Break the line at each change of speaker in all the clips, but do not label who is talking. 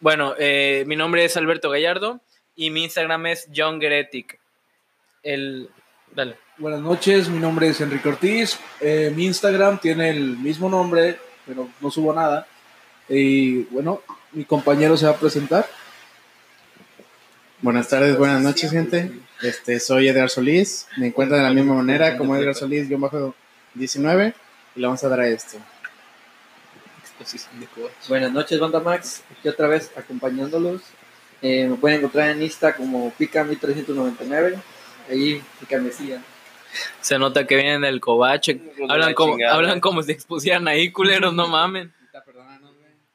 Bueno, eh, mi nombre es Alberto Gallardo y mi Instagram es John Geretic. El. Dale.
Buenas noches, mi nombre es Enrique Ortiz. Eh, mi Instagram tiene el mismo nombre, pero no subo nada. Y bueno, mi compañero se va a presentar.
Buenas tardes, buenas noches, gente. Este, soy Edgar Solís. Me encuentran de la misma manera como Edgar Solís, guión bajo 19. Y le vamos a este. dar a esto.
Exposición de
Buenas noches, Banda Max. Aquí otra vez acompañándolos. Eh, me pueden encontrar en Insta como Pica1399. Ahí, Picamesía.
Se nota que vienen del cobache. Hablan como, hablan como si expusieran ahí, culeros, no mamen.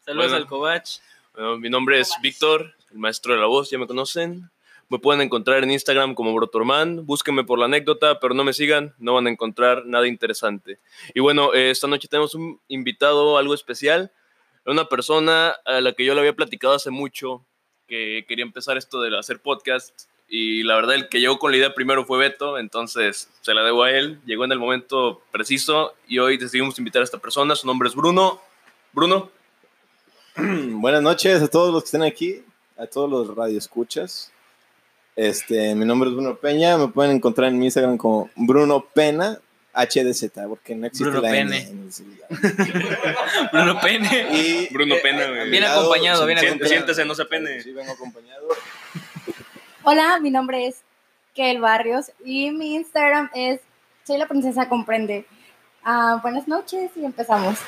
Saludos
Bueno.
al cobach.
Bueno, mi nombre es Víctor, el maestro de la voz, ya me conocen. Me pueden encontrar en Instagram como Brotorman. Búsquenme por la anécdota, pero no me sigan, no van a encontrar nada interesante. Y bueno, eh, esta noche tenemos un invitado algo especial, una persona a la que yo le había platicado hace mucho que quería empezar esto de hacer podcast y la verdad el que llegó con la idea primero fue Beto, entonces se la debo a él, llegó en el momento preciso y hoy decidimos invitar a esta persona, su nombre es Bruno. Bruno,
Buenas noches a todos los que están aquí, a todos los radioescuchas. Este, mi nombre es Bruno Peña, me pueden encontrar en mi Instagram como Bruno Pena HDZ, porque no existe
Bruno
la N
Pene.
en el celular.
Bruno Pene.
Y
Bruno Pena, güey.
a mi
Bien
lado-
acompañado, bien
Sí,
acompañado. Siéntese, no se apene.
Sí, vengo acompañado.
Hola, mi nombre es Kel Barrios y mi Instagram es Soy la Princesa Comprende. Ah, buenas noches y empezamos.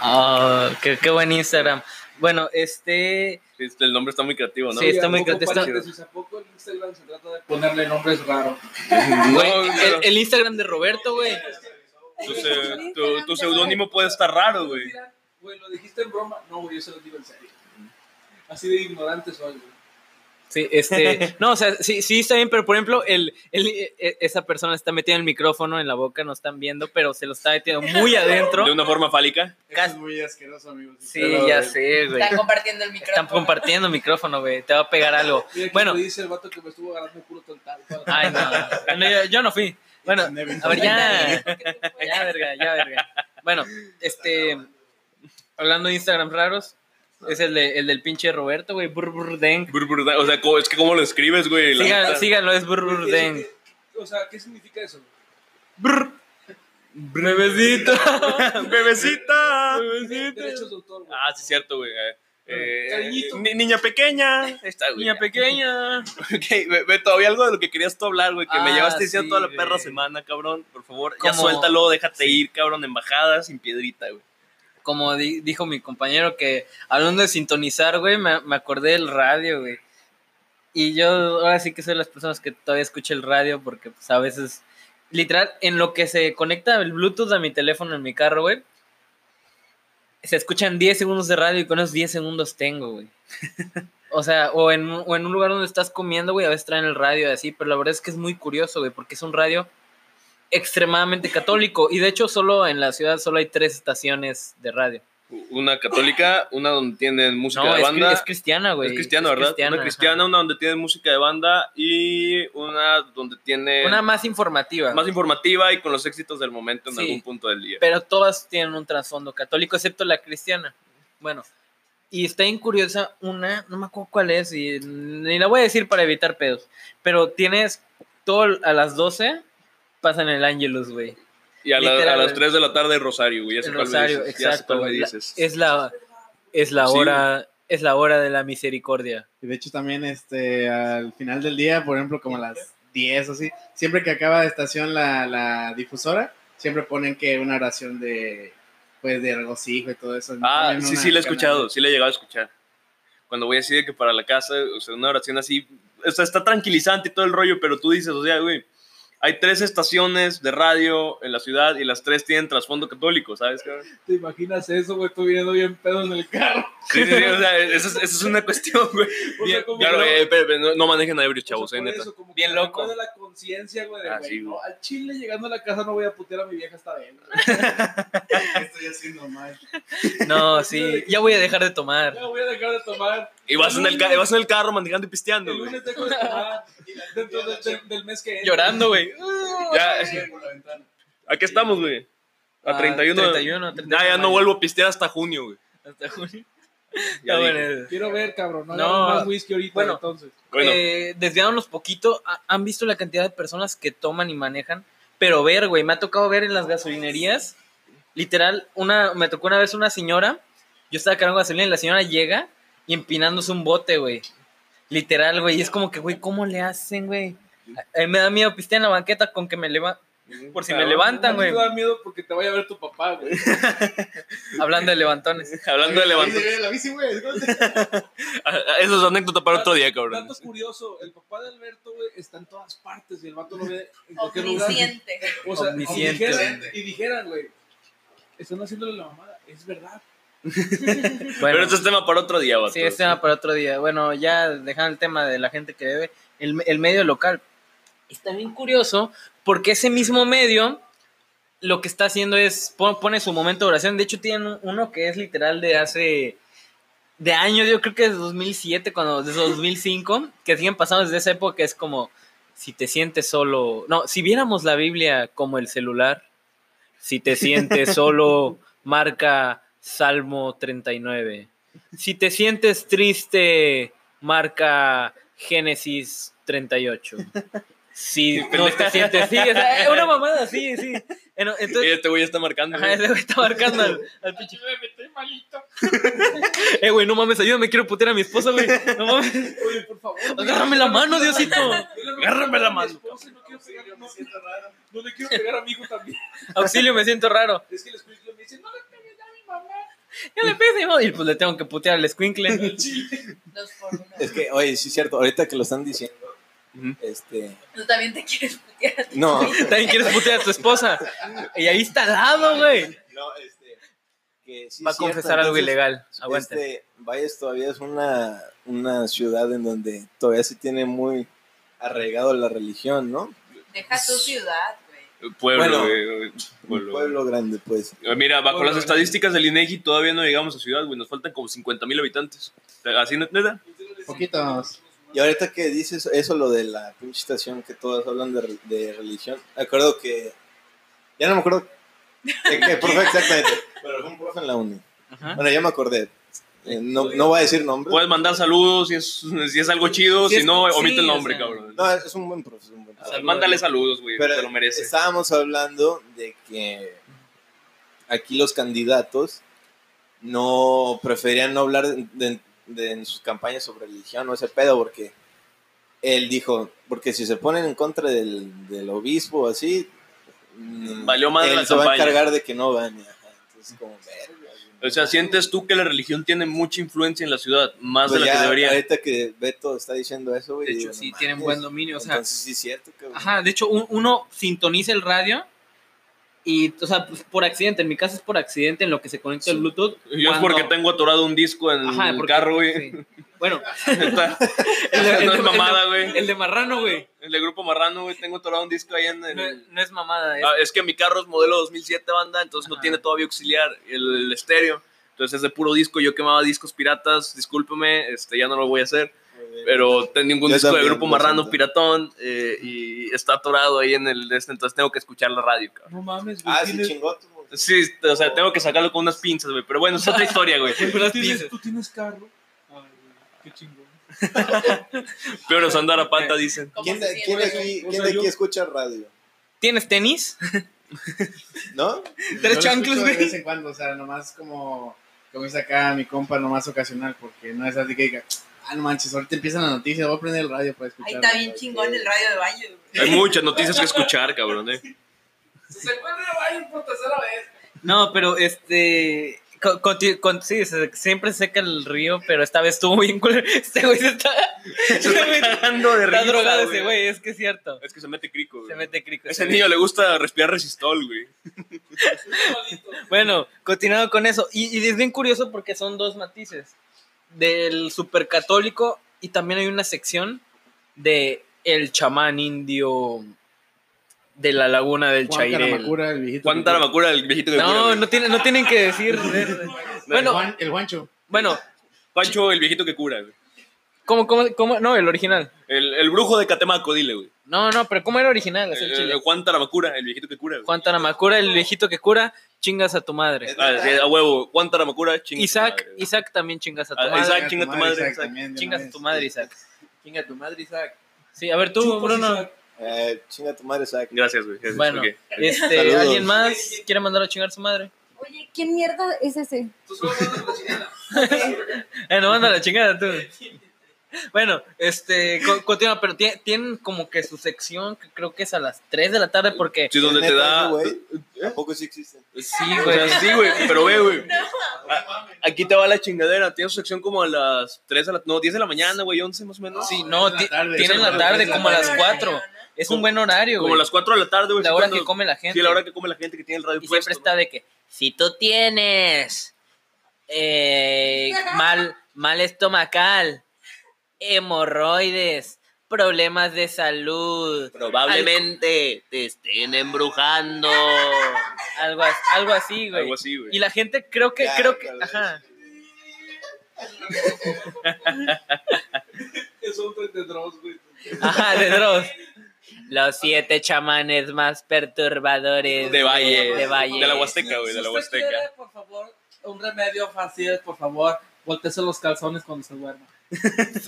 Ah, qué, qué buen Instagram. Bueno, este.
Este, el nombre está muy creativo, ¿no?
Sí, está
Oigan,
muy
un
contento.
paréntesis, ¿A poco el Instagram se trata de ponerle nombres raros?
güey,
No, pero-
el, el Instagram de Roberto, güey.
Tu, se- tu- tu seudónimo puede estar raro, güey.
Mira, Güey, lo dijiste en broma. No, güey, yo se lo digo en serio. Así de ignorante soy, güey.
Sí, este. No, o sea, sí, sí está bien, pero por ejemplo, el, el- e- esa persona está metida en el micrófono en la boca, no están viendo, pero se lo está metiendo muy adentro.
De una forma fálica.
Cas-
Es muy asqueroso, eh, amigos.
Sí, ya sé, güey.
Están compartiendo el micrófono.
Están compartiendo micrófono, güey. Te va a pegar algo.
Mira, bueno.
Bueno.
Lo dice el vato que me estuvo agarrando el culo total.
Ay, no. No, yo, yo no fui. Bueno, a ver, ya. Ya, verga, ya, verga. Bueno, este. Hablando de Instagram raros, es el, de- el del pinche Roberto, güey. Burr, burr, deng.
Bur- bur- O sea, co- es que cómo lo escribes, güey. La
Siga-
neta.
síganlo, es burr, burr,
Eso
deng.
que- O sea, ¿qué significa eso?
Bebecito.
Bebecita.
Derechos de autor, güey.
Ah, sí, es cierto, güey. Eh, eh,
Cariñito.
ni- niña pequeña. Ahí Está, güey.
Niña pequeña.
Ok, ve, ve, todavía algo de lo que querías tú hablar, güey. Que me
Ah,
llevaste diciendo
sí,
toda la
güey.
perra semana, cabrón. Por favor, ya
Como-
suéltalo, déjate ir, cabrón. Embajada sin piedrita, güey.
Como di- dijo mi compañero que hablando de sintonizar, güey, me, me acordé del radio, güey. Y yo ahora sí que soy de las personas que todavía escucha el radio porque pues a veces, literal, en lo que se conecta el Bluetooth a mi teléfono en mi carro, güey, se escuchan 10 segundos de radio y con esos 10 segundos tengo, güey. O sea, o en, un- o en un lugar donde estás comiendo, güey, a veces traen el radio y así, pero la verdad es que es muy curioso, güey, porque es un radio extremadamente católico. Y de hecho, solo en la ciudad solo hay tres estaciones de radio.
Una católica, una donde tienen música
No,
de
es, cri-
banda.
es cristiana, güey.
Es cristiana, ¿verdad? una
ajá.
cristiana, una donde tiene música de banda y una donde tiene
Una más informativa.
eh, más informativa y con los éxitos del momento en
Sí.
algún punto del día.
pero todas tienen un trasfondo católico, excepto la cristiana. Bueno, y está bien curiosa una, no me acuerdo cuál es, y ni la voy a decir para evitar pedos, pero tienes todo el- a las 12, pasan el Angelus, güey.
Y a, la-
literal,
a las
güey.
3 de la tarde Rosario, güey. Ya sé
El
cuál me
Rosario,
dices, ya sé
exacto.
cuál me
güey, la-
dices.
es la, es la
Sí,
hora, es la hora de la misericordia.
Y de hecho también este al final del día, por ejemplo, como a las 10 o así, siempre que acaba de estación la, la difusora, siempre ponen que una oración de pues de regocijo y todo eso.
Ah,
Ponen
sí,
una
sí, la he
canal-
escuchado, sí la he llegado a escuchar. Cuando voy así de que para la casa, o sea, una oración así, o sea, está tranquilizante y todo el rollo, pero tú dices, o sea, güey, hay tres estaciones de radio en la ciudad y las tres tienen trasfondo católico, ¿sabes? cabrón?
¿Te imaginas eso, güey? Tú viniendo bien pedo en el carro.
Sí, sí, sí, o sea, eso es, eso es una cuestión, güey.
O sea,
Bien,
como
claro,
que-
eh, pero- pero no, no manejen a ebrios,
O sea,
chavos, eh,
por
neta.
eso, como que
Bien
me
loco.
acuerdo de la conciencia, güey, de,
Ah,
güey,
sí,
no,
güey.
al chile llegando a la casa no voy a putear a mi vieja esta vez.
¿Qué estoy haciendo mal?
No, sí, ya voy a dejar de tomar.
Ya voy a dejar de tomar.
Y vas en el, ca- y vas en el carro manejando y pisteando,
El
güey.
lunes dejo de tomar. Dentro de- de- del mes que entra.
Llorando, güey.
Ya,
Por la ventana.
aquí estamos, güey. A
Ah,
31.
31,
Nah, ya
31
no vuelvo a pistear hasta junio, güey.
Hasta junio.
Ya
No,
dije.
bueno,
Quiero ver, cabrón. No,
No.
hagas más whisky ahorita,
Bueno.
entonces.
Bueno,
Eh, desviándonos poquito, ha- ¿han visto la cantidad de personas que toman y manejan? Pero ver, güey, me ha tocado ver en las gasolinerías, literal, una, me tocó una vez una señora, yo estaba cargando gasolina y la señora llega y empinándose un bote, güey. Literal, güey, y es como que, güey, ¿cómo le hacen, güey? A- a mí me da miedo pistear en la banqueta con que me leva por si me
Cabrón,
No
levantan,
te
güey.
da miedo porque te vaya a ver tu papá, güey.
Hablando de levantones.
hablando de levantar.
La bici, güey.
Eso es anécdota para otro día, cabrón.
Dato curioso, el papá de Alberto, güey, está en todas partes y el vato lo ve en
Oh,
cualquier lugar.
Omnisciente.
O sea, y
Omnisciente.
dijeran, y dijeran, güey, están haciéndole la mamada. Es verdad.
Bueno,
Pero este es tema para otro día, vato.
sí, es tema para otro día. Bueno, ya dejando el tema de la gente que bebe, el, el medio local. Está bien curioso porque ese mismo medio lo que está haciendo es pon- pone su momento de oración. De hecho, tienen un- uno que es literal de hace de años, yo creo que desde 2007, cuando desde 2005, que siguen pasando desde esa época, es como si te sientes solo, no, si viéramos la Biblia como el celular, si te sientes solo, marca Salmo 39. Si te sientes triste, marca Génesis 38. Si no te sientes, sí, o sea, es una mamada, sí, sí. Eno-
Y
Entonces,
este güey está
Eh,
marcando.
Ajá,
güey.
ese güey está marcando al, al pinche. eh, güey, no mames, ayúdame, quiero putear a mi esposa, güey. No mames.
Oye, por favor. güey,
Agárrame la mano, Diosito. Agárrame la
mi
mano.
esposa, No quiero pegar a mi hijo. No le quiero pegar a mi hijo también.
Auxilio, me siento raro.
Es que el espíritu me dice, no le pegues a mi mamá.
Yo le pego y pues le tengo que putear al squinkle.
Dos por uno.
Es que, oye, sí es cierto, ahorita que lo están diciendo,
Ujú.
este,
Tú también te quieres putear.
no,
También quieres putear a tu esposa. Y ahí está al lado, güey.
no, este, que sí
Va a
es cierto,
confesar algo
entonces,
ilegal. Aguanta.
Este, Valles todavía es una, una ciudad en donde todavía se tiene muy arraigado la religión, ¿no?
Deja tu ciudad, güey.
Pueblo,
Bueno,
güey. Pueblo.
Un pueblo grande, pues.
Eh, Mira, bajo
Pueblo,
las
güey.
estadísticas del INEGI todavía no llegamos a ciudad, güey. Nos faltan como 50 mil habitantes. Así, neta.
Poquitos.
Y ahorita que dices eso, lo de la pinche estación que todas hablan de, re- de religión, me acuerdo que. Ya no me acuerdo de qué profe exactamente, pero fue un profe en la uni.
Ajá.
Bueno, ya me acordé. Eh, no, no voy a decir nombre.
Puedes mandar saludos si es, si es algo chido,
Si
si,
es-
no,
sí,
omite el
o
nombre,
sea.
cabrón.
No, es un buen profe, es un buen profe.
Saludos.
Mándale saludos, güey,
Pero
te lo mereces.
Estábamos hablando de que aquí los candidatos no preferían no hablar de, de- de- en sus campañas sobre religión o ese pedo, porque él dijo, porque si se ponen en contra del, del obispo o así, mm,
Valió madre
él
la
se va a
campaña.
encargar de que no van. ajá, Entonces, como, verga,
O sea, sientes tú que la religión tiene mucha influencia en la ciudad, más
Pues
de la
ya,
que debería.
Ahorita que Beto está diciendo eso, güey.
De hecho,
digo,
sí,
no
tienen
mames.
buen dominio. O sea,
Entonces, sí es cierto, cabrón.
Ajá, de hecho, un- uno sintoniza el radio y, o sea, pues, por accidente, en mi caso es por accidente en lo que se conecta el Bluetooth.
Yo es
cuando-
porque tengo atorado un disco en
Ajá,
el
porque-
carro, güey.
sí. Bueno,
Está-
el,
no
el-
es
el-
mamada, güey.
el de Marrano, güey.
El de Grupo Marrano, güey, tengo atorado un disco ahí en el...
No, no es mamada, es-
Ah, es que mi carro es modelo 2007, banda, entonces no
Ajá.
tiene todavía auxiliar el, el estéreo. Entonces es de puro disco, yo quemaba discos piratas, discúlpeme, este, ya no lo voy a hacer. Pero tengo ningún
Yo
disco de
también,
Grupo
lo
Marrano
siento.
piratón eh, y está atorado ahí en el... de este, Entonces tengo que escuchar la radio, cabrón.
No mames, güey.
Ah, sí,
tienes-
chingó. tú, güey.
Sí, o sea, tengo que sacarlo con unas pinzas, güey. Pero bueno, es otra historia, güey.
güey,
Unas
¿tú, tienes,
pinzas.
tú tienes carro. Ay, güey, qué chingón.
Peor es andar a pata, dicen.
¿Cómo
¿Quién
se
de,
siente?
quién de aquí,
O
quién
sea,
de aquí
yo-
escucha radio?
¿Tienes tenis?
¿No?
Tres
Yo lo
chanclas,
escucho
güey.
De vez en cuando, o sea, nomás como. Como dice acá mi compa, nomás ocasional, porque no es así que diga. Ah, no manches, ahorita empiezan las noticias, voy a prender el radio para escuchar.
Ahí está bien chingón el radio de baño, güey.
Hay muchas noticias que escuchar, cabrón, eh.
No, pero este. con- conti- con- sí, se- siempre se seca el río, pero esta vez estuvo bien culero. Este güey se está.
Se está cagando de
Está
risa,
drogado ese güey, es que es cierto.
Es que se mete crico, güey.
Se mete crico.
Ese niño le gusta respirar resistol, güey.
Bueno, continuando con eso. Y, y es bien curioso porque son dos matices. Del supercatólico y también hay una sección de el chamán indio de la laguna del
Juan
Chairel.
Taramacura, el viejito.
Juan Taramacura, el viejito que cura,
No,
güey.
no, tiene, no tienen que decir.
Bueno,
Bueno,
el Juancho.
bueno,
Pancho, el viejito que cura, güey.
¿cómo, cómo, cómo? No, el original.
El, el brujo de Catemaco, dile, güey.
No, no, pero ¿cómo era original? Así el
Eh,
chile.
eh, Juan Taramacura, el viejito que cura. güey.
Juan Taramacura, el viejito que cura, chingas a tu madre.
Ah, sí, a huevo, Juan Taramacura, chinga.
Isaac,
su madre, güey.
Isaac también chingas a tu
Ah,
madre.
Isaac, chinga tu madre. Isaac.
también, de
Chingas
una
a tu
vez.
madre, Isaac.
Chinga tu madre, Isaac.
Sí, a ver tú, Bruno.
Eh, chinga tu madre, Isaac.
Gracias, güey. gracias,
Bueno,
ok.
este,
Saludos.
¿alguien más quiere mandar a chingar a su madre?
Oye, ¿quién mierda es ese?
Eh, no manda la chingada tú. Bueno, este, co- continúa, pero tie- tienen como que su sección que creo que es a las 3 de la tarde porque
Sí,
eh,
donde te da.
Tampoco sí existe.
sí,
O sea,
güey.
sí, güey, pero ve, güey. A- Aquí te va la chingadera. Tiene su sección como a las 3 de la... No, 10 de la mañana, güey, 11 más o menos.
Sí, no,
Es la
ti-
tarde,
tienen
es
la
la
tarde
tarde,
como a
es
las
la
tarde.
4. Es un buen horario,
Como a
güey.
las 4 de la tarde, güey.
La
sí,
hora
cuando-
que come la gente.
Sí, la hora que come la gente que tiene el radio
Y
puesto.
siempre está de que, si tú tienes eh, mal, mal estomacal, hemorroides, problemas de salud,
Probablemente te estén embrujando.
algo, as- algo así, güey.
Algo así, güey.
Y la gente creo que,
Ya,
creo que,
tal vez.
ajá.
Es un de Dross, güey.
Ajá, de Dross. Los siete chamanes más perturbadores
De Valle.
De Valle.
De la Huasteca, güey, de
Si
la
usted
Huasteca.
quiere, por favor, un remedio fácil, por favor, voltese los calzones cuando se duerma.
Sí,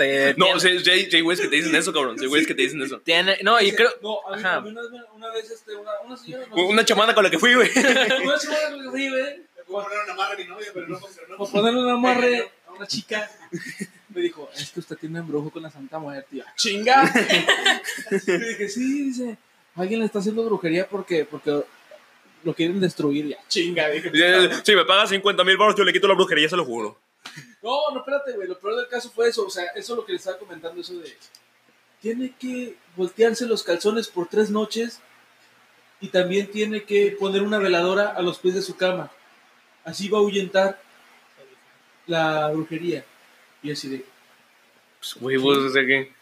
Eh, No,
tiene-
o sea, sí hay sí hay güeyes que te dicen eso, cabrón. Sí, hay güeyes que te dicen eso.
tiene- no, y creo,
No, a mí,
Ajá.
a mí una, vez- una vez este, una, una señora... nos-
Una chamada con la que fui, güey.
Una señora nos dijo, güey, por eh? Pues, ponerle un amarre a una chica, me dijo, es que usted tiene embrujo con la Santa Mujer, tía. "Ah, ¡Chinga! Le dije, sí, dice, alguien le está haciendo brujería porque, porque lo quieren destruir ya. ¡Chinga! Dije,
Si me pagas 50 mil baros, yo le quito la brujería, se lo juro.
No, no, espérate, güey. Lo peor del caso fue eso. O sea, eso es lo que les estaba comentando, eso de. Tiene que voltearse los calzones por tres noches y también tiene que poner una veladora a los pies de su cama. Así va a ahuyentar la brujería. Y así de.
Pues, güey, vos, o sea, que...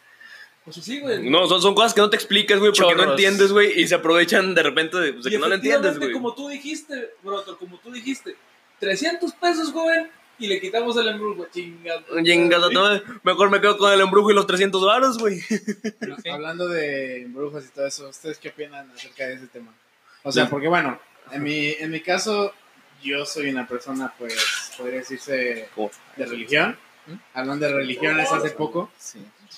O sea, sí, güey.
No, son, son cosas que no te explicas, güey, porque
Chorros.
no entiendes, güey, y se aprovechan de repente pues de, o sea,
Y
que no lo entiendes,
efectivamente, Como
güey.
tú dijiste, broto, como tú dijiste, 300 pesos, joven, y le quitamos el embrujo. Chinga.
Chingas a tu madre. Mejor me quedo con el embrujo y los 300 baros, güey.
Sí.
Hablando de brujas y todo eso, ¿ustedes qué opinan acerca de ese tema? O sea, porque bueno, en mi, en mi caso, yo soy una persona, pues, podría decirse de religión.
¿Mm?
Hablando de religiones hace poco.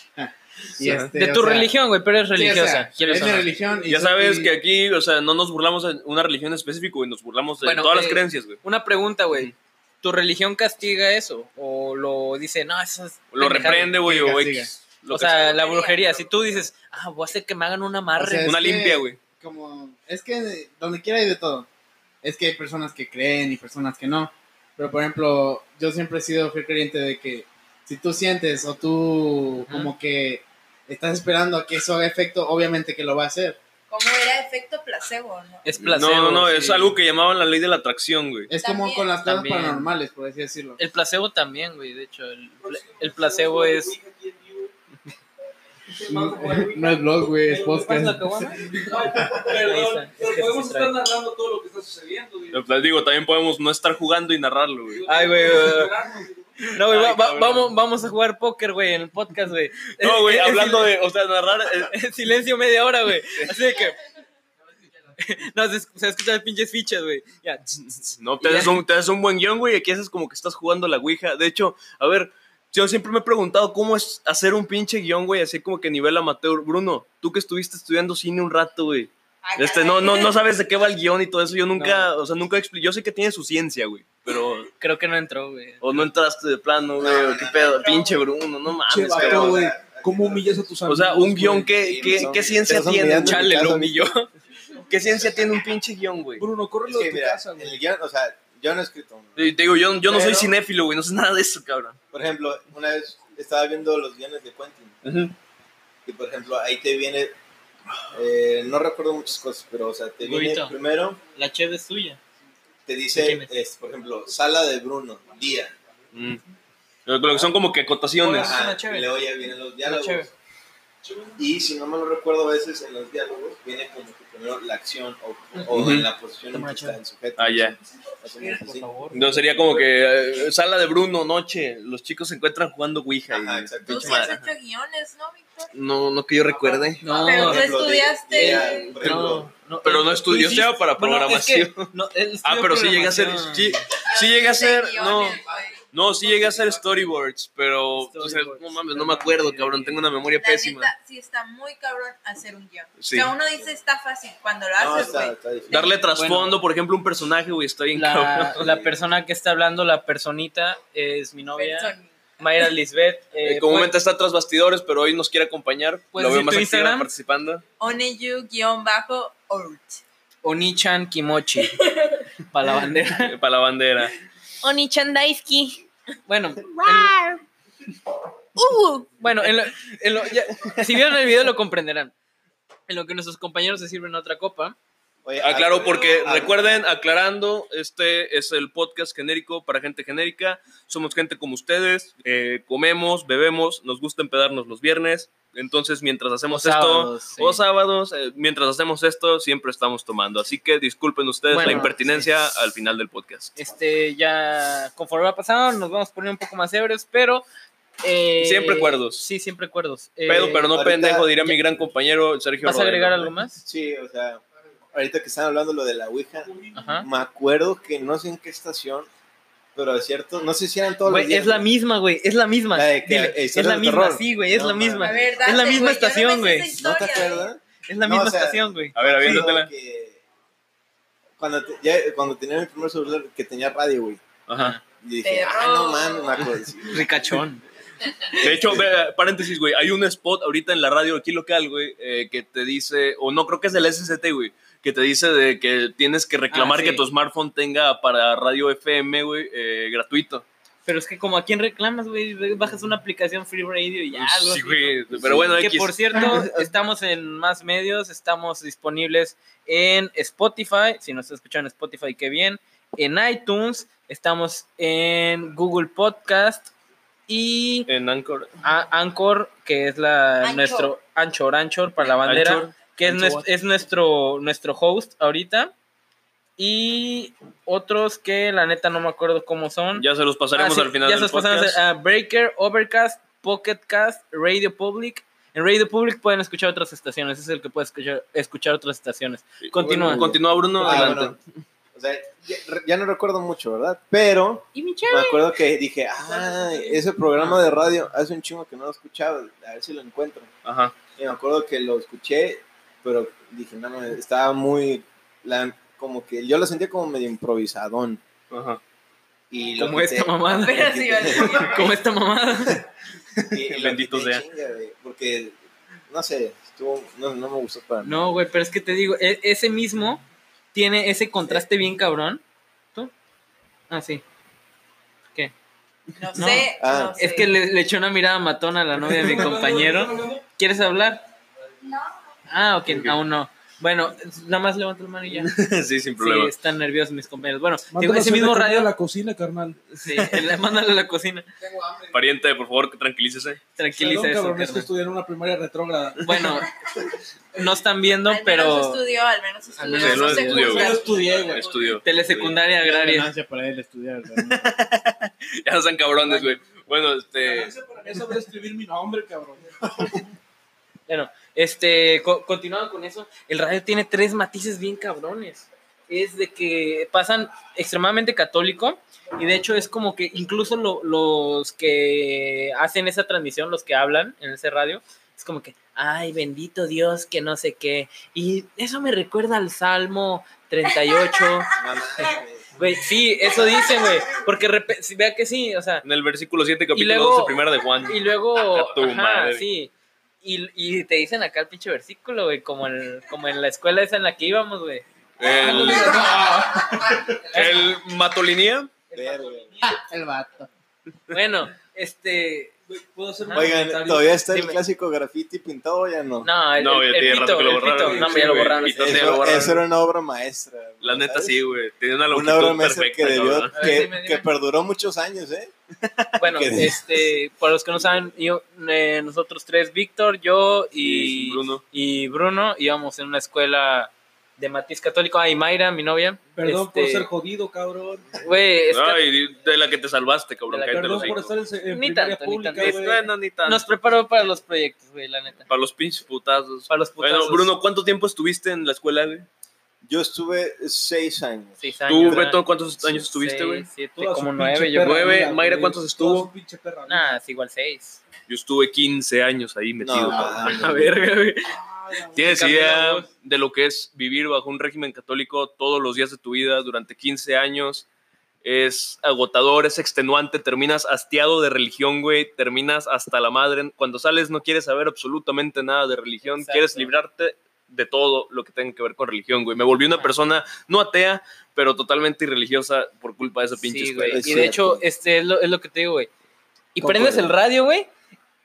Y este,
Oh, de
o
tu
sea,
religión, güey, pero eres
sí, o sea,
religiosa. quieres
es
o
mi
no.
religión. y
Ya
soy-
sabes
y-
que aquí, o sea, no nos burlamos de una religión específica, güey, nos burlamos de
Bueno,
todas
eh,
las creencias, güey.
Una pregunta, güey. ¿Tu religión castiga eso? ¿O lo dice, no, eso es.
Lo
pendejada"?
reprende, güey,
que
o
siga.
X. lo
O
que
sea, la brujería. Si tú dices, ah, voy a hacer que me hagan un amarre.
sea,
es
una
que-
limpia, güey.
como es que donde quiera hay de todo. Es que hay personas que creen y personas que no. Pero por ejemplo, yo siempre he sido fiel creyente de que si tú sientes o tú
Ajá.
como que estás esperando a que eso haga efecto, obviamente que lo va a hacer.
Como era efecto placebo, ¿no?
es
No,
placebo.
no, no,
sí.
es algo que llamaban la ley de la atracción, güey.
Es como
También.
con las cosas
También.
paranormales, por así decirlo.
El placebo también, güey. De hecho, el, el placebo es.
No es blog, güey, es
pues,
¿Pasa la
podcast.
caguama?
Ahí
Perdón,
está.
pero
Es que
podemos
se
estar
trae.
narrando todo lo que está sucediendo, güey.
Lo- Les pues, digo, también podemos no estar jugando y narrarlo, güey.
Ay, güey, güey, güey. No, güey,
Ay,
va- va-
cabrón.
vamos, vamos a jugar póker, güey, en el podcast, güey.
No, güey, hablando de, o sea, narrar. eh,
En silencio media hora, güey. Así de que. No, se, esc- se escuchan las pinches fichas, güey. Ya.
No, te haces, un, te haces un buen guión, güey, y aquí haces como que estás jugando la Ouija. De hecho, a ver, yo siempre me he preguntado cómo es hacer un pinche guión, güey, así como que a nivel amateur. Bruno, tú que estuviste estudiando cine un rato, güey.
Ah,
Este,
caray.
no, no, no sabes de qué va el guión y todo eso. Yo nunca, o sea, nunca explico. Yo sé que tiene su ciencia, güey, pero...
Creo que no entró, güey.
O no entraste de plano, güey, o qué pedo. pinche Bruno, Ah, no
Che,
mames,
vato,
cabrón.
güey, ¿Cómo humillas a tus
O
amigos?
sea, un guión,
güey?
¿qué,
Sí,
qué,
son-
qué ciencia
son
tiene?
humillantes,
Chale, lo
son-
humilló. ¿Qué ciencia tiene un pinche guión, güey?
Bruno,
Es
córrelo
que,
de tu
mira,
casa, güey.
el guión, o sea, yo no he escrito uno.
Y te digo, yo, yo no soy
Pero-
cinéfilo, güey, no sé nada de eso, cabrón.
Por ejemplo, una vez estaba viendo los guiones de Quentin. Y por ejemplo, ahí te viene. eh, no recuerdo muchas cosas, pero o sea, te viene
Huevito.
primero,
La cheve es suya.
te
¿Quién
dice,
es?
es, por ejemplo, sala de Bruno, día.
Mm. Lo lo que son como que acotaciones.
Hola. Es una
Ajá,
chévere.
y luego ya vienen los
Una
diálogos.
chévere.
Y si no me lo recuerdo, a veces en los diálogos viene como que primero la acción o, o
Ujú.
en la posición en que está el sujeto.
Ah, ya.
Más o menos así.
No, sería como que eh, sala de Bruno, noche, los chicos se encuentran jugando Ouija. y-
Ajá, exacto.
Tú sí has hecho guiones, ¿no, Víctor?
No, no que yo recuerde.
No,
Pero
Por
tú
ejemplo, de-
estudiaste.
era, por ejemplo,
no, no.
Pero no estudió,
Tú
estudiaba para
bueno, es que
programación.
no, él estudió
Ah, pero sí llega a ser.
programación.
Sí, sí llega a ser. No,
Guiones, güey.
no, sí llega a ser storyboards, pero. o sea,
Storyboards.
no mames, no me acuerdo, cabrón. Tengo una memoria
La
pésima.
neta, sí está muy cabrón hacer un guión.
Sí.
O sea, uno dice está fácil cuando lo
no,
haces,
Ah, está,
güey.
está difícil.
Darle trasfondo, por ejemplo, un personaje, güey, está bien cabrón.
La, la persona que está hablando, la personita, es mi novia,
Persona.
Mayra Lisbeth. eh,
Eh, comúnmente está tras bastidores, pero hoy nos quiere acompañar.
Pues
Lo veo
sí,
más
tu
activa
Instagram.
participando.
Oniyu-out.
pues, Oni-chan Kimochi, para la bandera.
eh, para la bandera.
Onichan Daisuki.
Bueno, en- Uh, bueno, en lo- en lo- ya- si vieron el video lo comprenderán. En lo que nuestros compañeros se sirven otra copa.
Oye,
Eh, Aclaro,
ah,
porque
ah,
recuerden, aclarando, este es el podcast genérico para gente genérica. Somos gente como ustedes, eh, comemos, bebemos, nos gusta empedarnos los viernes. Entonces, mientras hacemos
O
esto,
sábados, sí.
o sábados, eh, mientras hacemos esto, siempre estamos tomando. Así que disculpen ustedes
Bueno,
la impertinencia
sí.
al final del podcast.
Este, ya conforme va pasando, nos vamos a poner un poco más ebrios, pero. eh,
Siempre cuerdos.
Sí, siempre cuerdos. Eh,
Pero, pero no
ahorita-
pendejo, diría mi gran compañero Sergio
¿Vas a
Rodríguez.
agregar algo más?
Sí, o sea, ahorita que están hablando lo de la Ouija,
Ajá.
me acuerdo que no sé en qué estación, pero es cierto, no sé si eran todos
Güey,
los días.
es la
¿no?
misma, güey. Es la misma.
La de que-
Dile,
eh,
es
historias
la
de
misma,
terror.
sí, güey. Es
No,
la misma.
A ver,
Es la misma
date, güey, yo no me
estación,
sé
güey.
esa
¿No te
historia,
acuerdas?
Es la
No,
misma
o sea,
estación, güey.
A ver,
Pero
aviéntatela.
que cuando, te- ya, cuando tenía mi primer celular que tenía radio, güey.
Ajá.
Y dije, ah, no mames, me acuerdo. sí.
Ricachón.
De hecho,
Este,
ve, paréntesis, güey, hay un spot ahorita en la radio aquí local, güey, eh, que te dice, o no, creo que es del SST, güey, que te dice de que tienes que reclamar
Ah, sí.
que tu smartphone tenga para radio FM, güey, eh, gratuito.
Pero es que como a quién reclamas, güey, bajas una aplicación Free Radio y ya. algo
Pues sí,
así,
güey,
¿no?
pero bueno,
que
X.
por cierto, estamos en más medios, estamos disponibles en Spotify, si nos escuchan en Spotify, qué bien, en iTunes, estamos en Google Podcast y
En Anchor.
a- Anchor, que es la
Anchor.
nuestro Anchor, Anchor para la bandera,
Anchor.
que es,
Anchor
nues-
what?
es nuestro, nuestro host ahorita. Y otros que la neta no me acuerdo cómo son.
Ya se los pasaremos
Ah, sí,
al final
ya se
del
los pasamos,
podcast.
eh, Breaker, Overcast, Pocketcast, Radio Public. En Radio Public pueden escuchar otras estaciones. ese Es el que puede escuchar, escuchar otras estaciones. continúa.
Bueno, Continúa, Bruno,
Ah,
adelante.
bueno, o sea, ya, ya no recuerdo mucho, ¿verdad? Pero
Y mi
me acuerdo que dije, ah, ese programa de radio hace un chingo que no lo escuchaba, a ver si lo encuentro.
Ajá.
Y me acuerdo que lo escuché, pero dije, no, no, estaba muy, la- como que yo lo sentía como medio improvisadón.
Ajá.
Y lo
Como
quité.
esta mamada.
Pero sí, vale.
Como esta mamada.
Y- y lo
Bendito
quité,
sea.
chinga, güey, porque, no sé, estuvo, no, no me gustó para nada.
No, güey, pero es que te digo, e- ese mismo tiene ese contraste bien cabrón. ¿Tú? Ah, sí.
No
No.
sé.
Ah.
no
Es
sé.
que le, le echó una mirada matona a la novia de mi compañero. ¿Quieres hablar?
No.
Ah, ok, aún no. Bueno, nada más levanta la mano y ya.
sí, sin
Sí,
problema.
están nerviosos mis compañeros. Bueno, digo,
Mándalo
ese mismo radio.
a la cocina, carnal.
Sí, le- mándalo a la cocina.
Pariente, por favor, que eh, tranquilícese.
Tranquiliza
Perdón,
eso, Eh,
cabrón, es que
carnal.
estudié en una primaria retrógrada.
Bueno, no están viendo,
al menos
pero
estudió, al menos
Al
estudió.
menos
no
estudió,
se
estudió,
juzga.
Yo estudié, güey.
Estudio.
telesecundaria
La
agraria.
ganancia para él estudiar, ¿verdad?
Ya no sean cabrones, güey. Bueno, este.
Eso voy a escribir mi nombre, cabrón.
Bueno, este, co- continuando con eso, el radio tiene tres matices bien cabrones. Es de que pasan extremadamente católico y de hecho es como que incluso lo- los que hacen esa transmisión, los que hablan en ese radio, es como que, ay, bendito Dios, que no sé qué. Y eso me recuerda al Salmo 38.
No, no,
Güey, sí, eso dicen, güey. Porque repe- si- vea que sí, o sea.
En el versículo 7, capítulo
luego-
12, primera de Juan.
Y luego.
A tu
ajá,
madre.
sí. Y, y te dicen acá el pinche versículo, güey. Como, el- como en la escuela esa en la que íbamos, güey.
El, el Matolinía.
verga.
Ah, El vato.
Bueno, Este.
Güey, ¿Puedo hacer un
Ah,
Oigan,
está bien.
¿todavía está el
Dime.
clásico graffiti pintado o ya no?
No, el,
No,
el-
ya
el
tiene rato
pito,
que lo
el
borraron.
pito. No,
Sí,
ya lo
güey,
borraron.
pito
sí.
se lo
Eso,
borraron.
eso era una obra maestra.
La neta
¿sabes?
sí, güey. Tenía una
Una obra
longitud
maestra
perfecta,
que debió,
cabrón.
A ver,
que,
dime, dime.
que perduró muchos años, ¿eh?
Bueno,
¿Qué dices?
este, para los que no saben, yo, eh, nosotros tres, Víctor, yo y,
Y Bruno.
y Bruno, íbamos en una escuela de matiz católico. Ah, y Mayra, mi novia.
Perdón por
Este,
ser jodido, cabrón.
Güey, es que
Ay, de la que te salvaste, cabrón.
De la-
cállate
Perdón
los
por
hijos.
estar en, se- en
Ni
primaria
tanto, ni
pública,
tanto.
güey.
Bueno, ni tanto.
nos preparó para los proyectos, güey, la neta.
Para los pinches putazos.
Para los putazos. Este
Bueno, Bruno, ¿cuánto tiempo estuviste en la escuela, güey?
Yo estuve seis años.
Seis años.
¿Tú,
¿verdad?
Beto, cuántos años
Seis,
estuviste, güey?
siete,
Toda su
como
pinche
nueve, yo
perra
creo.
Nueve,
vida,
Mayra,
güey.
¿cuántos
Toda
estuvo?
su pinche perra vida.
Nada, es igual seis.
Yo estuve 15 años ahí metido,
No,
cabrón.
mames.
A verga, güey.
Ah, la
¿Tienes
Camino,
idea
güey.
de lo que es vivir bajo un régimen católico todos los días de tu vida durante 15 años? Es agotador, es extenuante, terminas hastiado de religión, güey, terminas hasta la madre. Cuando sales no quieres saber absolutamente nada de religión,
Exacto.
quieres librarte de todo lo que tenga que ver con religión, güey. Me volví una persona no atea, pero totalmente irreligiosa por culpa de esa pinche
Sí,
escuela.
güey.
Es
Y de
cierto.
hecho, este es lo, es lo que te digo, güey. Y
Concuerdo.
prendes el radio, güey,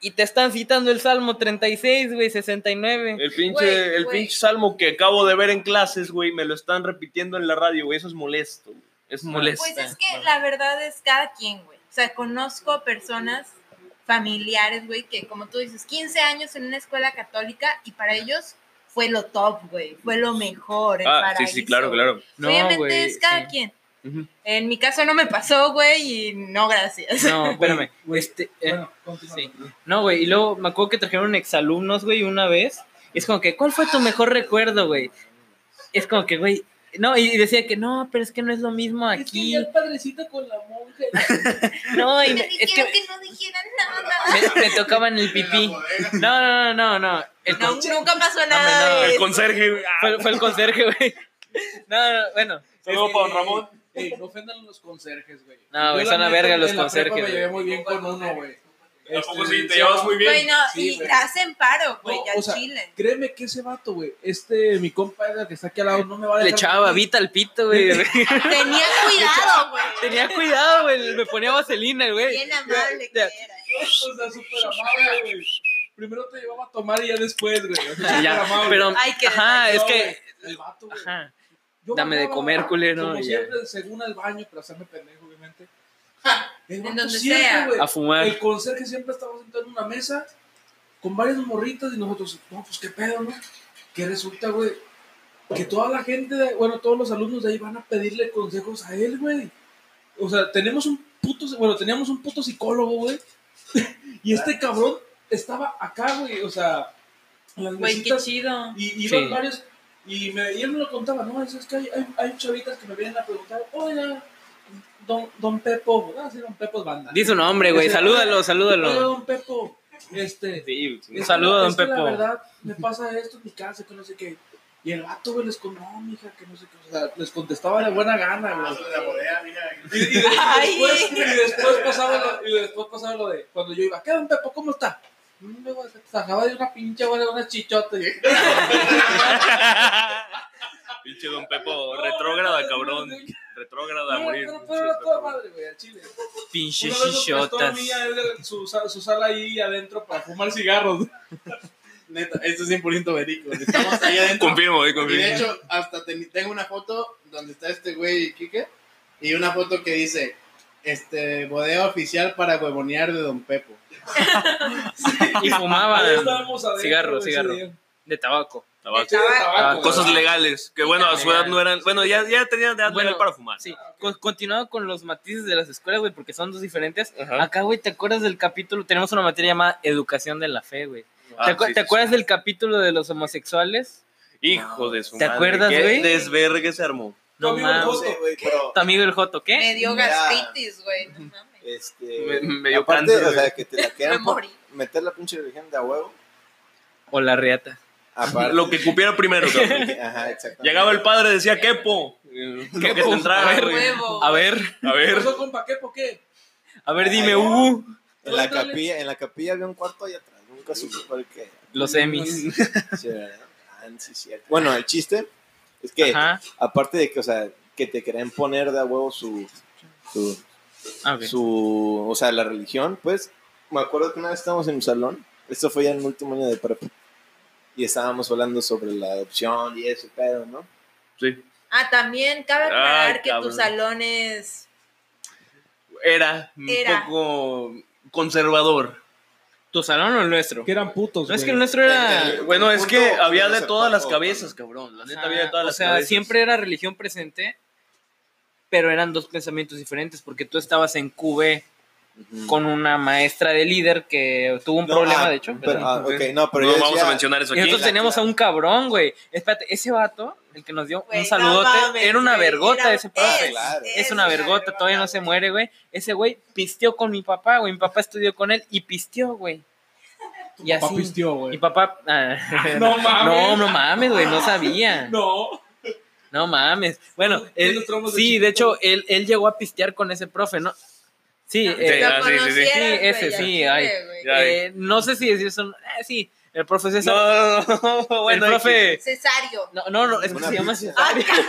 y te están citando el Salmo 36, güey, 69.
El pinche,
Güey,
el
güey.
pinche salmo que acabo de ver en clases, güey, me lo están repitiendo en la radio, güey. Eso es molesto. güey. Es molesto.
Pues es que
Bueno.
la verdad es cada quien, güey. O sea, conozco personas familiares, güey, que como tú dices, 15 años en una escuela católica y para ellos fue lo top, güey. Fue lo mejor. el
ah, sí, sí,
paraíso,
claro,
güey.
claro.
No,
Obviamente
güey,
es cada
sí.
quien.
Ujú.
En mi caso no me pasó, güey, y no gracias.
No, espérame. Este, eh,
Bueno, continúa.
sí. No, güey, y luego me acuerdo que trajeron exalumnos, güey, una vez. Y es como que, ¿cuál fue tu mejor recuerdo, güey? Es como que, güey. No, y y decía que no, pero es que no es lo mismo
Es que
aquí.
ya el padrecito con la monja.
No, y
Me
me- es que
dijeron que no dijeran nada.
me, me tocaban el pipí. No, no, no, no, no. El
No,
con-
nunca pasó nada.
no,
de
el
El
eso.
conserje, güey. Ah,
fue, fue el conserje, güey. No, no, bueno.
Saludo
Este,
para don Ramón.
Ey, no ofendan a los conserjes, güey.
No, güey,
Yo,
son la
neta,
verga
en
los
la prepa
conserjes,
Me
güey.
llevé muy bien con uno, güey.
Tampoco
Este,
sí, te
se
llevas
llama-
muy bien.
Güey, no,
Sí,
y
güey.
te hacen paro, güey,
No,
ya
o sea,
chile.
Créeme que ese vato, güey, este, mi compa Edgar, que está aquí al lado, no me va a
Le
dejar.
echaba babita al pito, güey.
Tenía cuidado, güey.
Tenía cuidado, güey. Me ponía vaselina, güey.
Bien amable que
Ya.
era. eh.
O sea, súper amable, güey. Primero te llevaba a tomar y ya después, güey. O sea,
Y
súper
ya,
amable.
pero,
Ay, qué
ajá, es
No,
que,
güey, El vato, güey.
ajá.
Yo
Dame de
bajaba,
comer, culero,
Como
y ya.
siempre, según al baño, para hacerme pendejo, obviamente. El vato
donde
siempre,
sea.
güey,
a fumar.
El conserje siempre estaba sentado en una mesa con varias morritas y nosotros, no, pues qué pedo, ¿no? Que resulta, güey, que toda la gente, de- bueno, todos los alumnos de ahí van a pedirle consejos a él, güey. O sea, tenemos un puto, bueno, teníamos un puto psicólogo, güey. y este cabrón estaba acá, güey, o sea, en las
Güey, qué
mesitas
chido.
y iban
Sí.
varios. Y, me, y él me lo contaba, ¿no? Es, es que hay, hay, hay chavitas que me vienen a preguntar, oiga, don, don Pepo, ¿verdad? Sí, don Pepo es banda.
Di su nombre, güey.
Ese-
Salúdalo,
Oiga,
salúdalo.
don Pepo, este.
Sí, sí.
es
saludo,
que la-
don
es que
Pepo.
La verdad, me pasa esto en mi casa, que no sé qué. Y el vato, güey, les con, no, mija, que no sé qué. O sea, les contestaba de buena gana, güey. Y, y de- y
Ay.
después, y después pasaba lo, y después pasaba lo de cuando yo iba, ¿qué don Pepo? ¿Cómo está? Mm, Luego se sacaba de una pinche bola de unas chichotas. Y-
Pinche don Pepo, retrógrada, cabrón. Retrógrada, a
No,
morir.
pero- pero era toda madre, güey, al chile.
Pinche
Una vez nos prestó a
chichotas.
mí a Edgar su, sa- su sala ahí adentro para fumar cigarros.
Neta, esto es 100% verídico. Estamos ahí adentro.
Confirmo, eh,
Y de
confirmo.
hecho, hasta te- tengo una foto donde está este güey Kike y una foto que dice este bodega oficial para huevonear de Don Pepo.
Y fumaba
Ahí estábamos adentro,
cigarro,
ese
cigarro.
día.
de tabaco. Ah,
Tabaco.
Sí, de tabaco,
Cosas
güey.
legales, que bueno, a su edad no eran. Bueno, ya, ya tenían edad
Bueno,
legal para fumar.
Sí. Con- continuando con los matices de las escuelas, güey, porque son dos diferentes.
Ajá.
Acá, güey, ¿te acuerdas del capítulo? Tenemos una materia llamada Educación de la Fe, güey.
Ah,
¿Te, acu-
sí,
te
sí,
acuerdas del capítulo de los homosexuales?
sí. Hijo de su
¿Te
madre,
acuerdas,
qué
güey?
Desvergue se armó.
No
Conmigo el
mames.
Joto. Eh.
güey, pero
Tu amigo el Joto, ¿qué?
Me dio
Mira.
gastritis, güey. No mames.
este,
Me- me dio
aparte,
cáncer,
o
güey.
sea, que te la
Me
quieran po-
morí.
meter la pinche religión de a huevo.
O la reata.
Aparte,
Lo que cupiera primero, cabrón.
Ajá, exactamente.
Llegaba el padre, decía, Kepo. Lo que te entraba,
A ver,
Ah, güey.
Huevo.
A ver,
A
¿Qué
ver.
pasó, compa? ¿Qué? ¿Por qué?
a ver, dime, uh,
En la capilla, en la capilla había un cuarto allá atrás, nunca supe por qué.
los emis.
Sí, ¿verdad? Ah, sí, cierto. Bueno, el chiste es que
Ajá.
aparte de que, o sea, que te querían poner de a huevo su, su,
Ah, ok.
su, o sea, la religión, pues, me acuerdo que una vez estábamos en un salón, esto fue ya en el último año de prepa, y estábamos hablando sobre la adopción y eso, pero, ¿no?
Sí.
Ah, también cabe aclarar
Ay,
que
cabrón.
tu salón es.
Era un
Era.
poco conservador.
¿Tu salón o el nuestro?
Que eran putos,
No es que
güey.
el nuestro era.
El- el-
Bueno, es
punto
que
que
había
no
de
se
todas las
pactó,
cabezas,
¿no?
cabrón. La
Ajá,
neta había de todas
o
las
sea,
cabezas.
siempre era religión presente, pero eran dos pensamientos diferentes, porque tú estabas en QB con una maestra de líder que tuvo un
No,
problema,
ah,
de hecho.
Pero, ah, ok, no, pero
no
yo
vamos
decía-
a mencionar eso
Y
aquí.
nosotros
la-
teníamos a un cabrón, güey. Espérate, ese vato, el que nos dio
Güey,
un
no
saludote,
mames,
era una
güey,
vergota
era-
ese profe.
es, Claro.
Es una vergota, todavía no se
güey.
muere, güey. Ese güey pisteó con mi papá, güey. Mi papá estudió con él y pisteó, güey. Y
Papá
así.
pisteó,
Mi
güey.
papá. ah,
No mames.
no, no mames, güey, no sabía.
No.
No mames. Bueno,
Tiene
él-
los traumas de
sí,
chiquito.
de hecho, él, él llegó a pistear con ese profe, ¿no? Sí,
Aunque
eh,
lo
ah, sí, sí, sí.
conocieras,
Sí,
güey,
ese,
ya
sí,
chile,
ay.
güey.
Ya,
eh, no sé si decir eso. eh, sí, el profe
No,
César.
no, no, no, no, bueno,
el profe.
Cesario.
No, no, no, es que
Una
se llama
pizza.
César.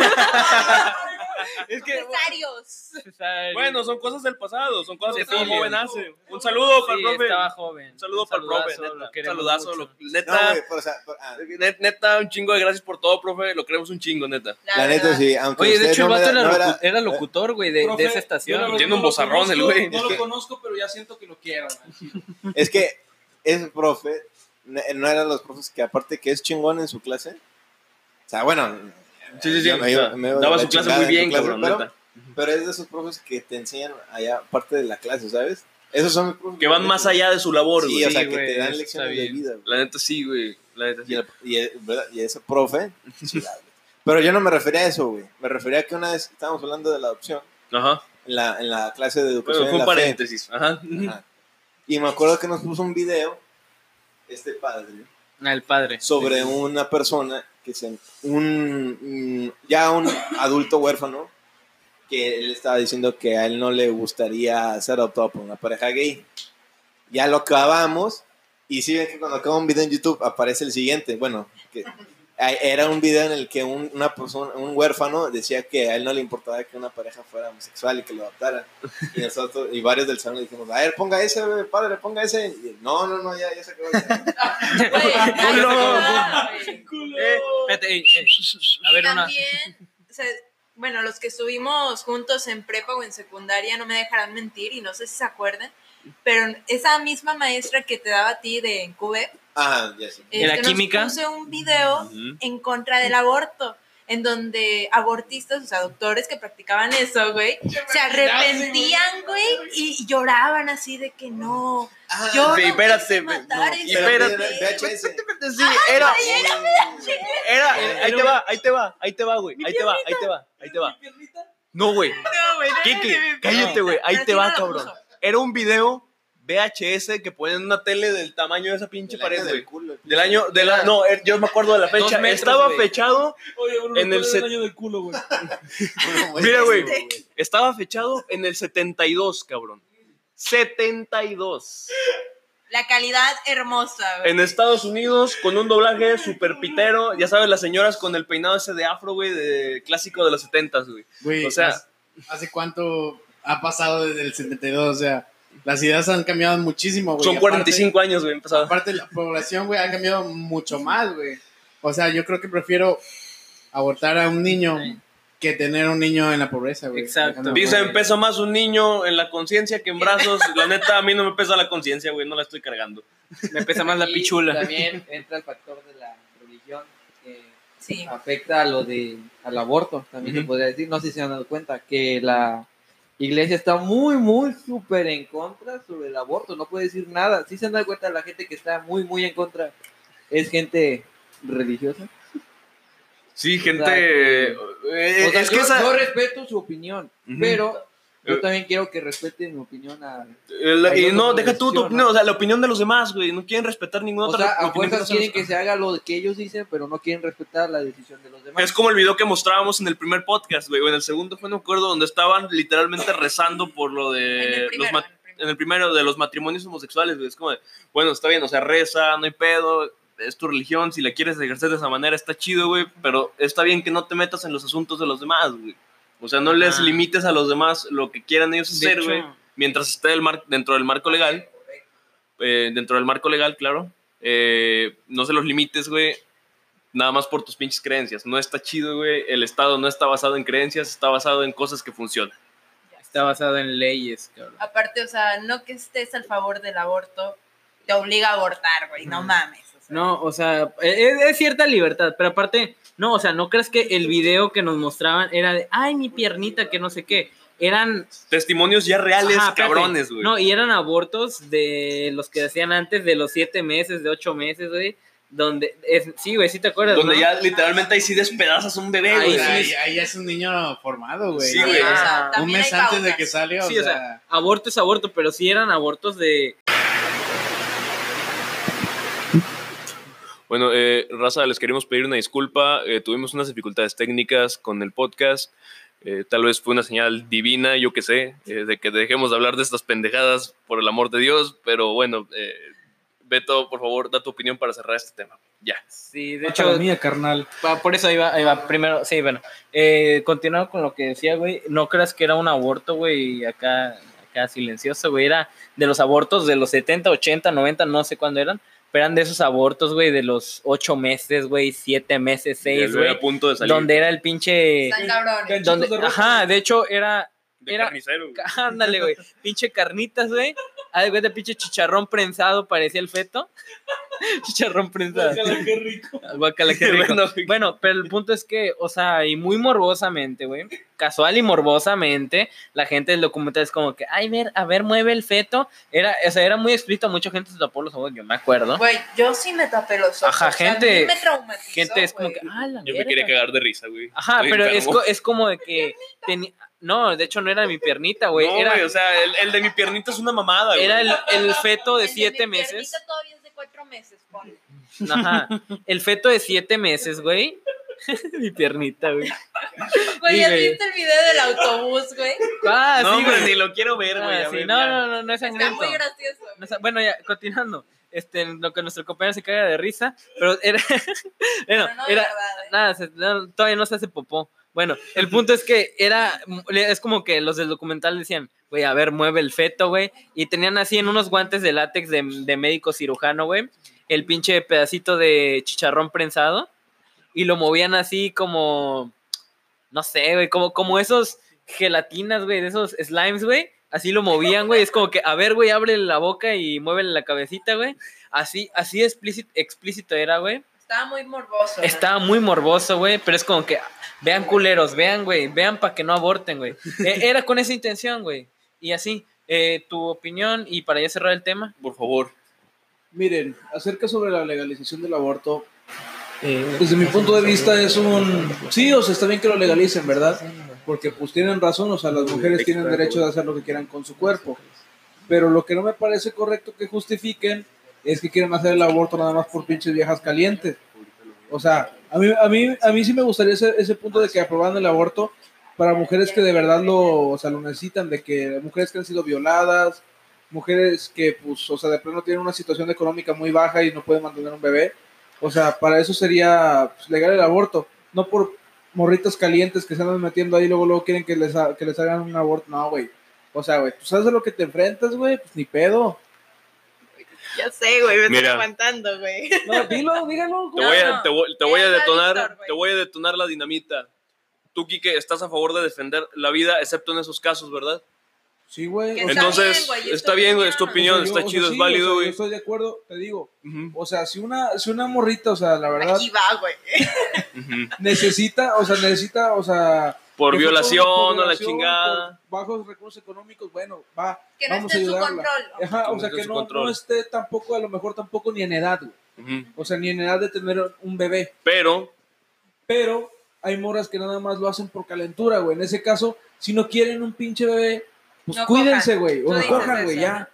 es que,
Cesarios.
César.
bueno, son cosas del pasado, son cosas que
Estaba
todo joven
joven.
hace. Un saludo para el
sí,
profe.
estaba joven.
Un saludo para el profe, neta. Un saludazo,
saludazo. lo queremos mucho.
lo-
No,
neta,
güey, pero, o sea, pero, ah,
net- neta, un chingo de gracias por todo, profe. Lo queremos un chingo, neta.
la neta,
verdad.
sí, aunque
Oye, de
ustedes
hecho, el
no me
vato
da-
era,
no
locu- era locutor, güey, de, de
Profe,
esa
yo la
estación.
verdad
Tiene
no
un
lo
vozarrón, el
conozco,
güey.
No
Es
lo
que-
conozco, pero ya siento que lo quiero. güey.
Es que ese profe ne- no era de los profes que aparte que es chingón en su clase. O sea, bueno,
Sí, sí, sí.
Yo me iba- me iba de
daba
la
su clase
chingada
muy
en su
bien,
clase,
cabrón,
pero-
neta.
pero es de esos profes que te enseñan allá aparte de la clase, ¿sabes? Esos son mis profes
Que van más allá de su labor,
Sí,
güey.
o sea,
Sí,
que
güey,
te dan
eso
lecciones
está
de
bien.
vida. güey.
La neta sí, güey. La neta
Y,
sí.
el- y el- ¿verdad? Y ese profe. chulada, güey. pero yo no me refería a eso, güey. Me refería a que una vez estábamos hablando de la adopción
Ajá.
en la, en la clase de
Bueno,
educación.
fue un
en la fe.
paréntesis. Ajá.
Ajá. Y me acuerdo que nos puso un video, este padre,
Ah, el padre.
sobre una persona que se un mm, ya un adulto huérfano que él estaba diciendo que a él no le gustaría ser adoptado por una pareja gay. Ya lo acabamos y si ven que cuando acaba un video en YouTube aparece el siguiente, bueno, que a- era un video en el que un, una persona, un huérfano decía que a él no le importaba que una pareja fuera homosexual y que lo adoptara. Y nosotros y varios del salón le dijimos, "A ver, ponga ese, padre, ponga ese." Y él, "No, no, no, ya ya se acabó." ya".
Güey, ay,
Culo.
no, güey.
Eh, espérate, eh, eh, a ver, una.
También, o sea, bueno, los que estuvimos juntos en prepa o en secundaria no me dejarán mentir y no sé si se acuerdan, pero esa misma maestra que te daba a ti de en QV,
Ah, ya sí.
¿De la
este, nos
química?
puso un video
Ujú.
en contra del aborto, en donde abortistas, o sea, doctores que practicaban eso, güey, se arrepentían, güey, y lloraban así de que no,
Ah,
yo no
sí, espérate,
quise
güey,
matar
no,
ese
y espérate,
bebé".
Sí, era.
VHS.
Era, ahí te va, ahí te va, ahí te va, güey. Ahí te va, ahí te va, ahí te va. No, güey.
No, güey, no,
Kike,
no, no, no,
cállate, güey. Ahí
Pero
te
sí
va,
no lo
cabrón.
puso.
Era un video VHS que ponían en una tele del tamaño de esa pinche pared, güey. Del año, de la, no, er, yo me acuerdo de la fecha.
Dos metros,
estaba
güey.
fechado,
Oye, Bruno,
En
en
el
el
set-
año del culo, güey.
Mira, güey. estaba fechado en el 72, cabrón. 72.
La calidad hermosa, güey.
En Estados Unidos, con un doblaje super pitero. Ya sabes, las señoras con el peinado ese de afro, güey, de clásico de los 70s, güey.
Güey,
O sea-
¿hace- ¿hace cuánto ha pasado desde el 72? O sea, las ideas han cambiado muchísimo, güey.
Son
Aparte-
45 años, güey, empezado.
Aparte, la población, güey, ha cambiado mucho más, güey. O sea, yo creo que prefiero abortar a un niño
Sí.
que tener un niño en la pobreza, güey.
Exacto.
Déjame-
Dicen, pesa más un niño en la conciencia que en brazos. La neta, a mí no me pesa la conciencia, güey, no la estoy cargando.
Me pesa más la
Y
pichula.
También entra el factor de la religión que
Eh,
Sí.
afecta a lo de al aborto, también se
Ujú.
podría decir. No sé si se han dado cuenta que la iglesia está muy, muy súper en contra sobre el aborto, no puede decir nada. Sí se han dado cuenta la gente que está muy, muy en contra. Es gente religiosa.
Sí, gente.
O sea, que-
eh, eh,
O sea,
es
yo,
que esa.
yo respeto su opinión,
Ujú.
pero
Eh.
yo también quiero que respeten mi opinión a...
eh, la-
hay
y no,
otra
deja tú tu
versión,
opinión,
¿no?
o sea, la opinión de los demás, güey. No quieren respetar ninguna
O
otra
sea, a
opinión
fuerzas
que no sea
quieren que
los-
se haga lo que ellos dicen, pero no quieren respetar la decisión de los demás.
Es como el video que mostrábamos en el primer podcast, güey, o en el segundo, fue, no me acuerdo, donde estaban literalmente rezando por lo
En
de.
el
los
primero,
mat- en el primero de los matrimonios homosexuales, güey. Es como, de, bueno, está bien, o sea, reza, no hay pedo, es tu religión, si la quieres ejercer de esa manera, está chido, güey, pero está bien que no te metas en los asuntos de los demás, güey. O sea, no les
Ah.
limites a los demás lo que quieran ellos
De
hacer,
hecho,
güey. Mientras esté el mar- dentro del marco legal. eh, dentro del marco legal, claro. eh, no se los limites, güey. Nada más por tus pinches creencias. No está chido, güey. El Estado no está basado en creencias, está basado en cosas que funcionan.
Está basado en leyes, cabrón.
Aparte, o sea, no que estés al favor del aborto, te obliga a abortar, güey, no
Ujú.
mames. o sea.
No, o sea, es, es cierta libertad, pero aparte, no, o sea, no crees que el video que nos mostraban era de, ay, mi piernita, que no sé qué. Eran
Testimonios ya reales,
Ajá, espérate.
cabrones, güey.
No, y eran abortos de los que hacían antes, de los siete meses, de ocho meses, güey. Donde, es- sí, güey, sí te acuerdas.
donde
¿no?
ya literalmente ahí sí despedazas un bebé,
Ahí
güey.
Ahí,
sí
ahí, ya es un niño formado, güey.
Sí, güey.
o sea,
Ah,
también
un
hay
mes antes de
pautas.
que salió.
Sí, o sea, aborto es aborto, pero sí eran abortos de.
Bueno, eh, Raza, les queremos pedir una disculpa. Eh, tuvimos unas dificultades técnicas con el podcast. Eh, tal vez fue una señal divina, yo qué sé, eh, de que dejemos de hablar de estas pendejadas por el amor de Dios. Pero bueno, eh, Beto, por favor, da tu opinión para cerrar este tema. Ya.
Sí, de
De
hecho,
hecho, mía, carnal.
Va, Ah, por eso ahí va, ahí va. Primero, sí, bueno. Eh, continuando con lo que decía, güey. No creas que era un aborto, güey, acá, acá silencioso, güey. Era de los abortos de los 70, 80, 90, no sé cuándo eran. Pero eran de esos abortos, güey, de los 8 meses, güey, 7 meses,
Ya
6,
estoy
güey.
a punto de salir.
Donde era el pinche.
Están cabrones.
Ganchitos
Donde,
de ropa.
ajá, de hecho era.
De
era-
carnicero, güey.
Ándale, güey. Pinche carnitas, güey. Ah, güey, de pinche chicharrón prensado, parecía el feto. chicharrón prensado.
Guácala, qué rico.
Guácala, qué rico.
Bueno,
bueno, pero el punto es que, o sea, y muy morbosamente, güey, casual y morbosamente, la gente del documental es como que, ay, ver, a ver, mueve el feto. Era, o sea, era muy explícito, mucha gente se tapó los ojos, yo me acuerdo.
Güey, yo sí me tapé los ojos.
Ajá,
o sea, a
gente-
mí me traumatizó,
Gente es como
güey.
que, ah, la
Yo me
verga".
quería cagar de risa, güey.
Ajá,
Estoy
pero es,
enfermo.
co- es como de que, teni- no, de hecho no era mi piernita, güey,
No,
era,
güey, o sea, el, el de mi piernita es una mamada, güey.
era el, el feto de
El mi
siete
piernita
meses.
todavía es de cuatro meses, ponle.
Ajá, el feto de siete meses, güey. mi piernita, güey.
Güey, ¿has
güey.
visto el video del autobús, güey?
Ah,
No,
sí,
hombre,
güey.
ni lo quiero ver, güey.
Ah,
a
sí,
ver,
no,
ya.
no, no, no es
Está
sangriento.
muy gracioso. güey.
No sé, bueno, ya, continuando. Este, en lo que nuestro compañero se caga de risa, pero era. bueno,
Pero no de
era.
verdad, ¿eh?
Nada, se- no, todavía no se hace popó. Bueno, el punto es que era. Es como que los del documental decían, güey, a ver, mueve el feto, güey. Y tenían así en unos guantes de látex de, de médico cirujano, güey, el pinche pedacito de chicharrón prensado. Y lo movían así como. No sé, güey, como, como esos gelatinas, güey, de esos slimes, güey. Así lo movían, güey. Es como que, a ver, güey, abre la boca y mueve la cabecita, güey. Así, así explícito, explícito era, güey.
Estaba muy morboso. ¿no?
Estaba muy morboso, güey, pero es como que, vean culeros, vean, güey, vean para que no aborten, güey. Eh, era con esa intención, güey. Y así, eh, tu opinión y para ya cerrar el tema.
Por favor.
Miren, acerca sobre la legalización del aborto, eh, desde mi punto de vista es un... Sí, o sea, está bien que lo legalicen, ¿verdad? Porque pues tienen razón, o sea, las mujeres tienen derecho de hacer lo que quieran con su cuerpo. Pero lo que no me parece correcto que justifiquen es que quieren hacer el aborto nada más por pinches viejas calientes. O sea, a mí, a mí, a mí sí me gustaría ese, ese punto de que aprobaran el aborto para mujeres que de verdad lo, o sea, lo necesitan, de que mujeres que han sido violadas, mujeres que, pues, o sea, de plano tienen una situación económica muy baja y no pueden mantener un bebé. O sea, para eso sería pues, legal el aborto, no por morritas calientes que se andan metiendo ahí y luego, luego quieren que les, ha- que les hagan un aborto. No, güey. O sea, güey, tú sabes a lo que te enfrentas, güey, pues ni pedo.
Ya sé, güey, me
Mira.
estoy aguantando, güey.
No, dilo, dígalo.
Te
No,
voy, a,
no.
te voy- te voy a
Era
detonar,
Víctor, güey.
te voy a detonar la dinamita. Tú, Quique, estás a favor de defender la vida, excepto en esos casos, ¿verdad?
Sí, güey.
Que
o sea,
Entonces,
bien, güey, es tu
está bien, güey, es tu
o
opinión,
sea, yo-
está
o sea,
chido,
sí,
es
o sea,
válido,
yo
güey.
estoy de acuerdo, te digo.
Ujú,
O sea, si una, si una morrita, o sea, la verdad,
Aquí va, güey.
ujú.
necesita, o sea, necesita, o sea...
Por
que fue
violación
por
o la
violación,
chingada.
por Bajos recursos económicos, bueno, va.
Que no
vamos
esté en
a
su
ayudarla.
control.
Ajá,
Que
o sea,
no esté en
que
su
no,
control.
no esté tampoco, a lo mejor tampoco ni en edad, güey.
ujú.
O sea, ni en edad de tener un bebé.
Pero,
Pero hay morras que nada más lo hacen por calentura, güey. En ese caso, si no quieren un pinche bebé, pues
No
cuídense,
cojan.
güey.
Tú
O no
dices
cojan, güey,
eso,
ya.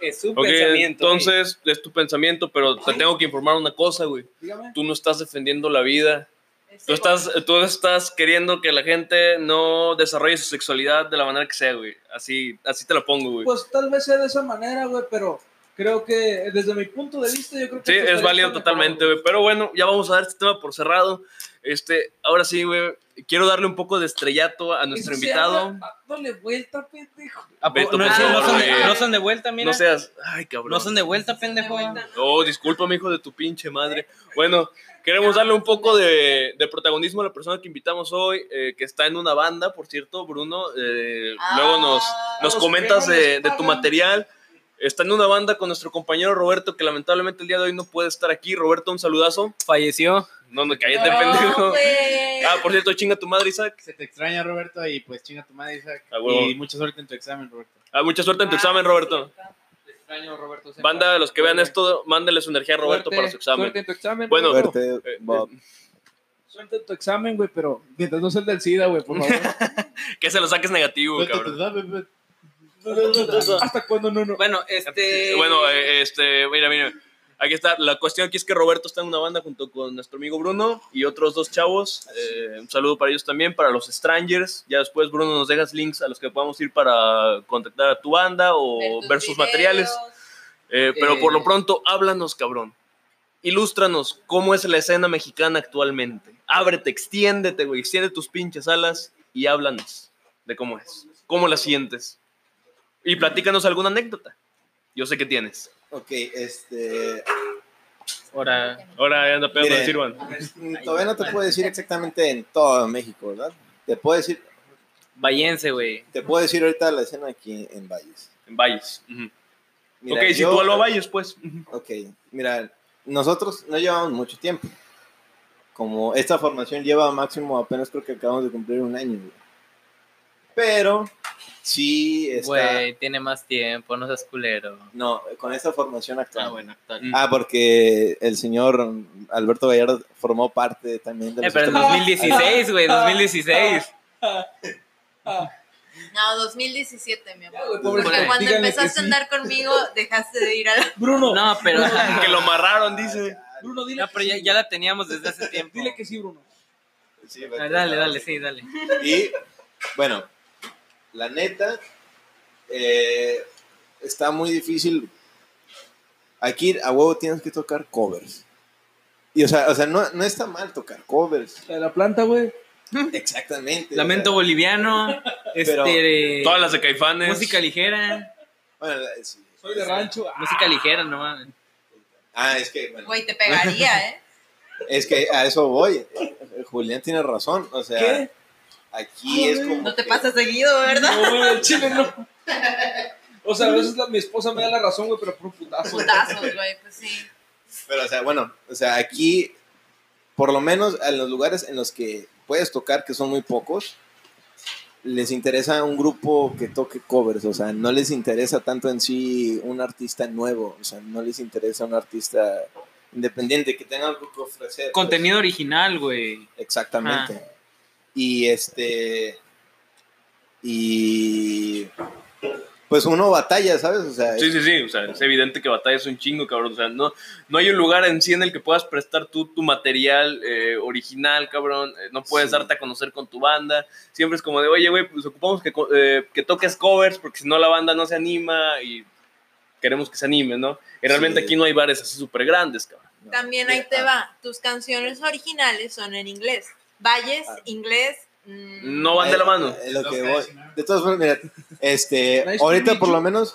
Es su
ok, entonces es tu pensamiento, pero te tengo que informar una cosa, güey.
Dígame.
Tú no estás defendiendo la vida.
Ese
Tú
güey.
estás, tú estás queriendo que la gente no desarrolle su sexualidad de la manera que sea, güey. Así, así te lo pongo, güey.
Pues tal vez sea de esa manera, güey, pero Creo que desde mi punto de vista, yo creo que.
Sí,
esto
es
estaría
válido
mejor,
totalmente, güey. Pero bueno, ya vamos a dar este tema por cerrado. Este, ahora sí, güey, quiero darle un poco de estrellato a nuestro
Eso se
invitado.
llama Dándole vuelta, pendejo.
¿A poco-
Beto,
no,
por
son- no
favor,
son de,
güey.
no son de vuelta, mira.
No seas, ay, cabrón.
No son de vuelta, pendejo.
Oh, discúlpame, hijo de tu pinche madre. Bueno, queremos darle un poco de, de protagonismo a la persona que invitamos hoy, eh, que está en una banda, por cierto, Bruno. eh,
Ah,
luego nos, nos
los
comentas
que no
de,
les
de tu
pagan.
material. Está en una banda con nuestro compañero Roberto, que lamentablemente el día de hoy no puede estar aquí. Roberto, un saludazo.
Falleció.
No, no, cállate, pendejo.
güey.
Ah, por cierto, chinga tu madre, Isaac.
Se te extraña, Roberto, y pues chinga tu madre, Isaac.
A huevo.
Y mucha suerte en tu examen, Roberto.
Ah, mucha suerte en tu examen, Roberto.
Extraño, Roberto. Senpai.
Banda, los que vean
Suerte.
esto, mándale su energía a Roberto para su examen.
Suerte en tu examen.
Bueno,
Roberto.
Suerte,
eh,
Bob.
Suelta tu examen, güey, pero.
Mientras no sea el del SIDA, güey, por favor.
Que se lo saques negativo,
Suelta
cabrón.
tu- da- da- da-
¿Hasta cuándo no, no?
Bueno, este.
Bueno, eh, este, mira, mira. Aquí está. La cuestión aquí es que Roberto está en una banda junto con nuestro amigo Bruno y otros dos chavos. Eh, un saludo para ellos también, para los Strangers. Ya después, Bruno, nos dejas links a los que podamos ir para contactar a tu banda o ver sus materiales. Eh, pero por lo
Eh.
pronto, háblanos, cabrón. Ilústranos cómo es la escena mexicana actualmente. Ábrete, extiéndete, güey. Extiende tus pinches alas y háblanos de cómo es. ¿Cómo la sientes? Y platícanos alguna anécdota. Yo sé que tienes.
Ok, este.
Ahora.
Ahora anda pedo,
Mire.
no sirvan.
Todavía no te puedo decir exactamente en todo México, ¿verdad? Te puedo decir,
Vallense, güey.
te puedo decir ahorita la escena aquí en Valles.
En Valles. Ujú.
Mira,
ok,
yo-
sitúalo a Valles, pues. Ujú.
Ok, mira, nosotros no llevamos mucho tiempo. Como esta formación lleva máximo apenas creo que acabamos de cumplir un año. güey. Pero sí está.
Güey, tiene más tiempo, no seas culero.
No, con esta formación actual.
Ah,
Ah,
bueno, actual.
porque el señor Alberto Gallardo formó parte también de
Eh,
los Ah,
pero en
otros-
2016, güey, 2016.
No, 2017, mi
Ya, güey,
amor.
pobrecito,
Pues,
Porque cuando
díganle que
empezaste a
sí.
andar conmigo, dejaste de ir a la...
Bruno,
No, pero.
Que lo amarraron, dice.
Bruno, dile.
No,
que
pero
sí,
ya,
güey.
ya la teníamos desde hace tiempo.
Dile que sí, Bruno.
Sí,
Ah, dale, dale, sí, dale.
Y bueno, la neta, eh, está muy difícil. Aquí a huevo tienes que tocar covers. Y o sea, o sea no, no está mal tocar covers.
La de la planta, güey.
Exactamente.
Lamento
o sea,
boliviano.
Pero-
Este.
Todas las de Caifanes.
Música ligera.
bueno, la- sí.
Soy de rancho. Ah,
Música ligera, no mames.
Ah, es que, bueno,
Güey, te pegaría, ¿eh?
es que a eso voy. Julián tiene razón. O sea,
¿Qué?
aquí es como.
No te
que-
pasa seguido, ¿verdad?
No, güey, el chile no. O sea, a veces la- mi esposa me da la razón, güey, pero por un putazo. güey.
Putazos, güey, pues sí.
Pero, o sea, bueno, o sea, aquí, por lo menos en los lugares en los que puedes tocar, que son muy pocos, les interesa un grupo que toque covers, o sea, no les interesa tanto en sí un artista nuevo, o sea, no les interesa un artista independiente que tenga algo que ofrecer. pues.
Contenido original, güey.
Exactamente.
Ah.
Y este. Y. Pues uno batalla, ¿sabes? O sea,
Sí, sí, sí. O sea, es evidente que batallas un chingo, cabrón. O sea, no, no hay un lugar en sí en el que puedas prestar tú tu material eh, original, cabrón. Eh, no puedes
Sí.
darte a conocer con tu banda. Siempre es como de, oye, güey, pues ocupamos que, co- eh, que toques covers porque si no la banda no se anima y queremos que se anime, ¿no? Y realmente
Sí.
aquí no hay bares así súper grandes, cabrón.
no.
También ahí te
Ah,
va. Tus canciones originales son en inglés. Valles,
Ah.
inglés. mm,
No van de
Eh,
la mano.
Es lo que voy. De todas formas, mira, este,
Nice to meet
ahorita por
you.
lo menos,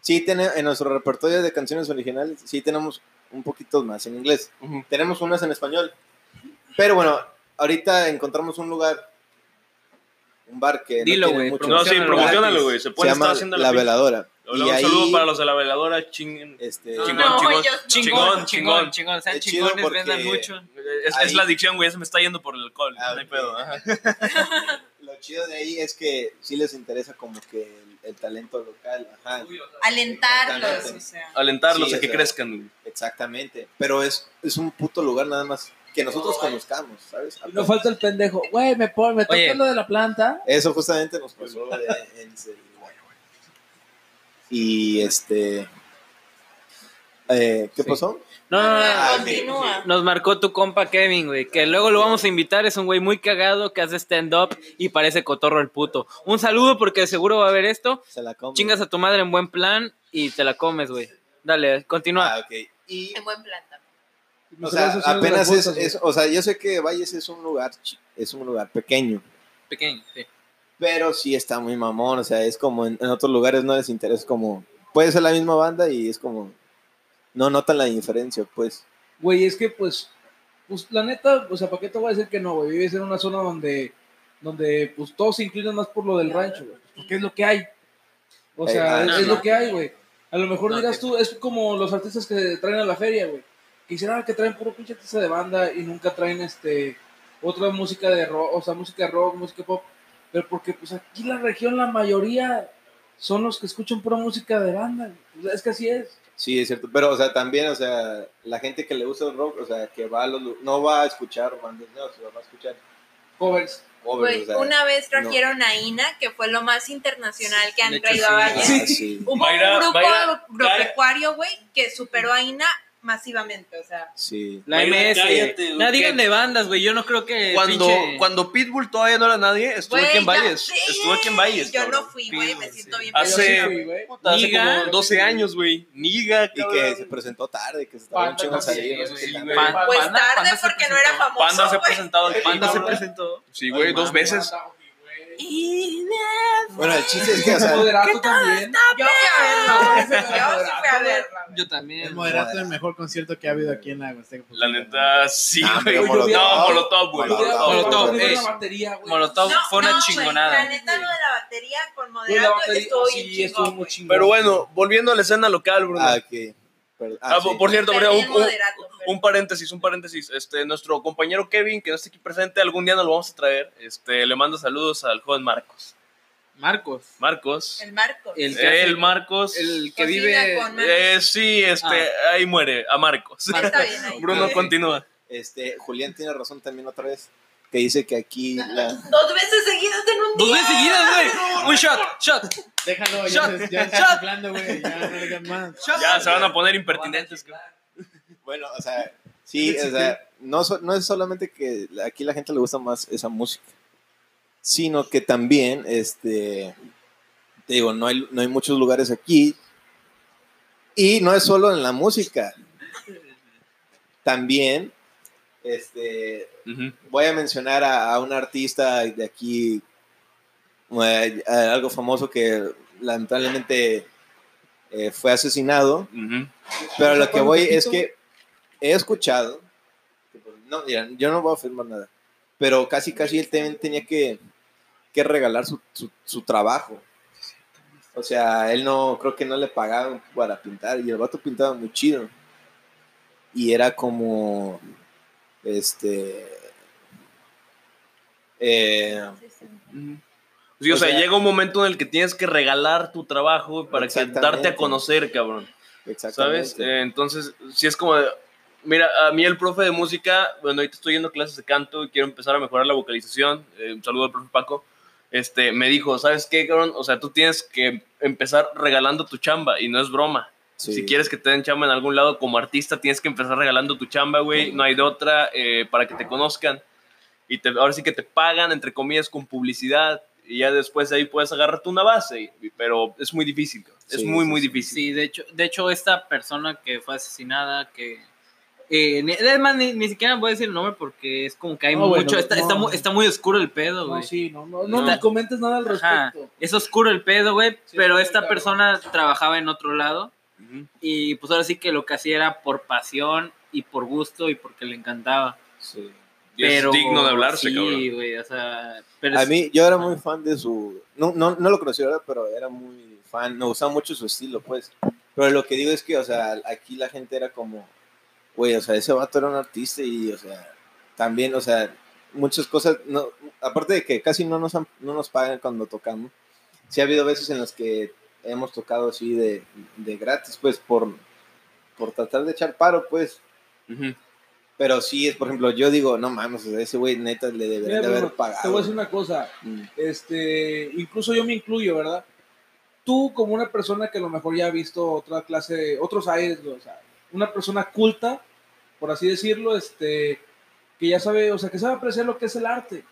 sí tenemos, en nuestro repertorio de canciones originales, sí tenemos un poquito más en inglés.
Ujú.
Tenemos unas en español. Pero bueno, ahorita encontramos un lugar, un bar que
Dilo,
no
güey,
tiene mucho.
No, sí,
Promocionalo,
promocionalo,
gratis.
güey. Se
Se
puede estar
llama
haciendo
La
pinche-
Veladora.
Un
Y ahí,
saludo para los de la veladora, chinguen.
este,
Ah.
Chingón,
No,
chingón,
ellos no.
chingón, chingón.
chingón. Sean
Es chido
chingones,
porque-
vendan mucho.
Es, es
Ahí.
la adicción, güey. Se me está yendo por el alcohol.
Ah,
no hay
ok.
pedo. ajá.
Lo chido de ahí es que sí les interesa como que el, el talento local. Ajá.
Ah,
Alentarlos,
Exactamente.
o sea.
Alentarlos
Sí,
a
o
que
sea.
crezcan, güey.
Exactamente, pero es, es un puto lugar nada más que nosotros conozcamos, ¿sabes?
Y no falta el pendejo. Güey, me, pon- me
Oye.
toca lo de la planta.
Eso justamente nos pasó de- en ese- Y este... eh, ¿Qué pasó?
No, no, no, no.
Ah,
Continúa.
Nos marcó tu compa Kevin, güey, que luego lo vamos a invitar, es un güey muy cagado que hace stand-up y parece cotorro el puto. Un saludo porque seguro va a ver esto,
Se la come.
chingas a tu madre en buen plan y te la comes, güey. Dale, continúa.
Ah, ok. Y,
En buen plan también.
o sea, apenas es, es- o sea, yo sé que Valles es un lugar, chi- es un lugar pequeño,
Pequeño, sí.
pero sí está muy mamón, o sea, es como en, en otros lugares no les interesa, como, puede ser la misma banda y es como, no notan la diferencia, pues.
Güey, es que pues, pues la neta, o sea, ¿para qué te voy a decir que no, güey? Vives en una zona donde, donde pues todos se inclinan más por lo del rancho, güey. Porque es lo que hay. O
Eh,
sea,
ah,
es,
no,
es
no.
lo que hay, güey. A lo mejor
No,
dirás
que-
tú, es como los artistas que traen a la feria, güey. Que dicen, ah, que traen puro pinche artista de banda y nunca traen este otra música de rock, o sea, música rock, música pop. Pero porque pues aquí la región, la mayoría son los que escuchan pura música de banda. güey. O sea, es que así es.
Sí, es cierto, pero, o sea, también, o sea, la gente que le gusta el rock, o sea, que va a los, lu- no va a escuchar bandas nuevas, sino va a escuchar
Covers.
covers,
Güey,
o sea,
Pues, una vez trajeron a Ina, que fue lo más internacional que han
de hecho,
traído a
sí.
ah,
Valles.
sí.
Hubo
Mayra-
un grupo
Mayra-
agropecuario, güey, que superó a Ina masivamente, o sea.
Sí.
La
Oigan,
MS.
cállate,
Nada,
¿qué?
digan de bandas, güey. Yo no creo que.
Cuando,
pinche-
cuando Pitbull todavía no era nadie, estuvo
Güey,
aquí en
ya
Valles.
sé.
Estuvo aquí en Valles.
Yo
cabrón.
no fui, güey, me
Sí,
siento
sí.
bien.
Yo
Hace-
pendeja.
sí Ah, fui, güey.
Puta, hace
Niga.
como 12 años, güey. Niga,
Y
cabrón.
que se presentó tarde, que se tardó un
Panda
chingo en
también,
salir. no sé
güey,
qué tanto.
Pan-
Panda-
Pues
Panda-
tarde
Panda se
porque no era
presentó.
famoso,
Panda se ha
güey.
presentado aquí.
Panda se
cabrón.
presentó.
Sí, güey,
Ay,
dos
mami.
veces.
Bueno, el chiste es que, o sea,
Moderato también.
Yo fui a verla, güey. Yo sí fui a
Moderato,
verla, güey.
Yo
El
también.
moderato es el mejor concierto que ha habido aquí en la Huasteca.
La neta, sí,
Ah,
güey.
pero
No,
Molotov.
Molotov, güey.
Molotov.
Molotov.
Molotov,
Yo fui a
es-
la batería, güey.
Molotov fue una
güey,
chingonada.
La neta, lo de la batería
Güey,
con
la
moderato
batería
estuvo bien
sí estuvo
chingón,
muy
güey.
chingón.
Pero bueno, volviendo a la escena local, Bruno.
Ah, ok. Perdón. Ah,
Ah,
sí.
por- Por cierto, María,
Perdí
un,
el
un-
moderato, pero-
un paréntesis, un paréntesis. Este, nuestro compañero Kevin, que no está aquí presente, algún día nos lo vamos a traer. Este, le mando saludos al joven Marcos.
Marcos.
Marcos.
El marco.
El
El,
que hace-
Marcos.
El que
Cocina
vive.
con-
Eh, sí, este,
Ah.
ahí muere, a Marcos.
Está bien ahí.
Bruno
Sí.
continúa.
Este, Julián tiene razón también otra vez, que dice que aquí la...
Dos veces seguidas en un día.
Dos veces seguidas, güey. Un shot, shot,
Déjalo, ya se, ya se
Shot.
está chiflando, güey. Ya no le digan más.
shot.
Ya se van a poner impertinentes.
Bueno, o sea, sí, o sea, no, so- no es solamente que aquí la gente le gusta más esa música, sino que también, este, te digo, no hay, no hay muchos lugares aquí y no es solo en la música. También, este,
Ujú.
voy a mencionar a, a un artista de aquí, eh, algo famoso que lamentablemente eh, fue asesinado.
Ujú.
Pero lo que voy es que he escuchado, pues, no, mira, yo no voy a afirmar nada, pero casi casi él también tenía que, que regalar su, su- su trabajo. O sea, él no, creo que no le pagaban para pintar y el vato pintaba muy chido. Y era como, este, eh,
Sí, o,
O
sea,
sea-
llega un momento en el que tienes que regalar tu trabajo para que
Exactamente.
darte a conocer, cabrón.
exactamente.
¿Sabes? Eh, entonces, si es como de, Mira, a mí el profe de música, bueno, ahorita estoy yendo a clases de canto y quiero empezar a mejorar la vocalización. eh, un saludo al profe Paco. Este, me dijo, ¿sabes qué, cabrón? O sea, tú tienes que empezar regalando tu chamba y no es broma.
Sí.
Si quieres que te den chamba en algún lado como artista, tienes que empezar regalando tu chamba, güey. No hay de otra eh, para que te conozcan. Y te, ahora sí que te pagan, entre comillas, con publicidad. Y ya después de ahí puedes agarrarte una base. y- Pero es muy difícil, cabrón. es
Sí,
muy,
sí,
muy
sí.
difícil.
Sí, de hecho, de hecho, esta persona que fue asesinada, que... eh, ni- además, ni, ni siquiera voy a decir el nombre porque es como que hay
No,
mucho...
bueno,
está,
no.
está, mu- está muy oscuro el pedo,
No,
güey.
sí, no, no, no
No.
nos comentes nada al
Ajá.
respecto.
Es oscuro el pedo, güey,
Sí,
pero
está
esta
muy
persona trabajaba en otro lado
Ujú.
y pues ahora sí que lo que hacía era por pasión y por gusto y porque le encantaba.
Sí.
Y es
pero,
digno de hablarse,
sí,
cabrón.
güey, o sea... Pero
A
es-
mí, yo era muy fan de su. No, no, no lo conocí, ¿verdad? Pero era muy fan. Me gustaba mucho su estilo, pues. Pero lo que digo es que, o sea, aquí la gente era como. Güey, o sea, ese vato era un artista y, o sea, también, o sea, muchas cosas. No, aparte de que casi no nos, han- no nos pagan cuando tocamos. Sí ha habido veces en las que hemos tocado así de, de gratis, pues, por, por tratar de echar paro, pues.
Ujú.
Pero sí, es, por ejemplo, yo digo, no mames, o sea, ese güey neta le
Mira,
deberían de
Bruno,
haber
te voy a
pagado.
decir una cosa.
Mm.
Este, incluso yo me incluyo, ¿verdad? Tú, como una persona que a lo mejor ya ha visto otra clase, otros aires, o sea, una persona culta, por así decirlo, este, que ya sabe, o sea, que sabe apreciar lo que es el arte.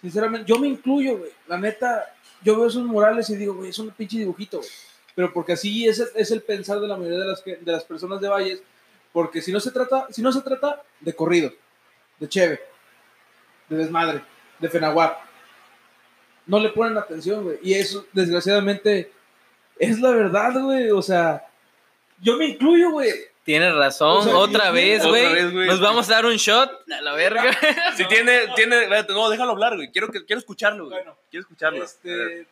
Sinceramente, yo me incluyo, güey. La neta, yo veo esos murales y digo, güey, es un pinche dibujito, güey. pero porque así es, es el pensar de la mayoría de las, que- de las personas de Valles, porque si no se trata, si no se trata de corrido, de cheve, de desmadre, de fenaguap, no le ponen atención, güey, y eso, desgraciadamente, es la verdad, güey, o sea, yo me incluyo, güey,
Tienes razón,
O sea,
otra,
sí,
vez,
otra
güey.
vez, güey.
Nos vamos a dar un shot a la verga.
Si tiene, tiene, espérate, no, déjalo hablar, güey. Quiero, que- quiero escucharlo, güey.
Bueno,
quiero escucharlo.
Este,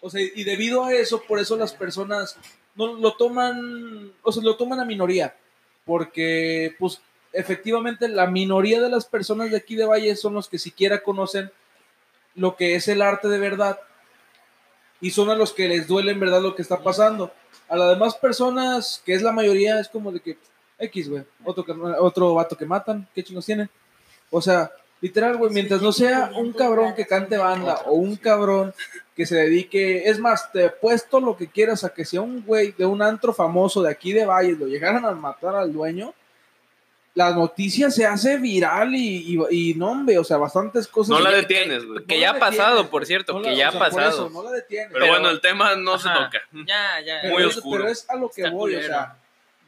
o sea, y debido a eso, por eso las personas no lo toman, o sea, lo toman a minoría, porque pues efectivamente la minoría de las personas de aquí de Valle son los que siquiera conocen lo que es el arte de verdad y son a los que les duele en verdad lo que está pasando. A las demás personas, que es la mayoría, es como de que X, güey, otro, que- otro vato que matan, ¿qué chingos tiene? O sea, literal, güey, mientras no sea un cabrón que cante banda o un cabrón que se dedique, es más, te puesto lo que quieras a que sea un güey de un antro famoso de aquí de Valles, lo llegaran a matar al dueño, la noticia se hace viral y, y, y no, hombre, o sea, bastantes cosas.
No la
Que-
detienes, güey.
Que
Pues, No
ya
la
ha pasado,
detienes,
por cierto,
no la-
que ya
o sea,
ha
por
pasado.
eso, no la detienes.
Pero, bueno, el tema no se
Ajá.
toca.
Ya, ya.
Pero
Muy
es-
oscuro.
Pero es a lo que
Está
voy, o
culero.
sea,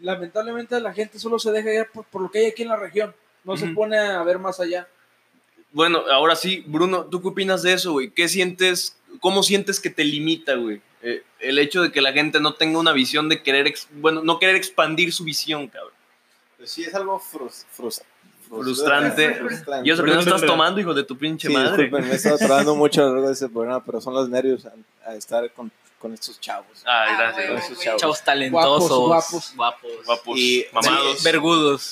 lamentablemente la gente solo se deja ir por, por lo que hay aquí en la región, no se
Ujú.
pone a ver más allá.
Bueno, ahora sí, Bruno, ¿tú qué opinas de eso, güey? ¿Qué sientes, cómo sientes que te limita, güey? Eh, el hecho de que la gente no tenga una visión de querer, ex- bueno, no querer expandir su visión, cabrón.
Pues sí, es algo frus- frus-
Frustrante.
frustrante.
Yo sé que no
Bruno,
estás
espera.
tomando, hijo de tu pinche
Sí,
madre.
disculpen, me he estado trabajando mucho a lo largo de ese programa, pero son los nervios a, a estar con, con estos chavos.
Ay,
Ah,
gracias.
güey,
gracias.
güey.
chavos.
Chavos talentosos.
Guapos,
guapos.
Guapos,
Y-
mamados.
Vergudos.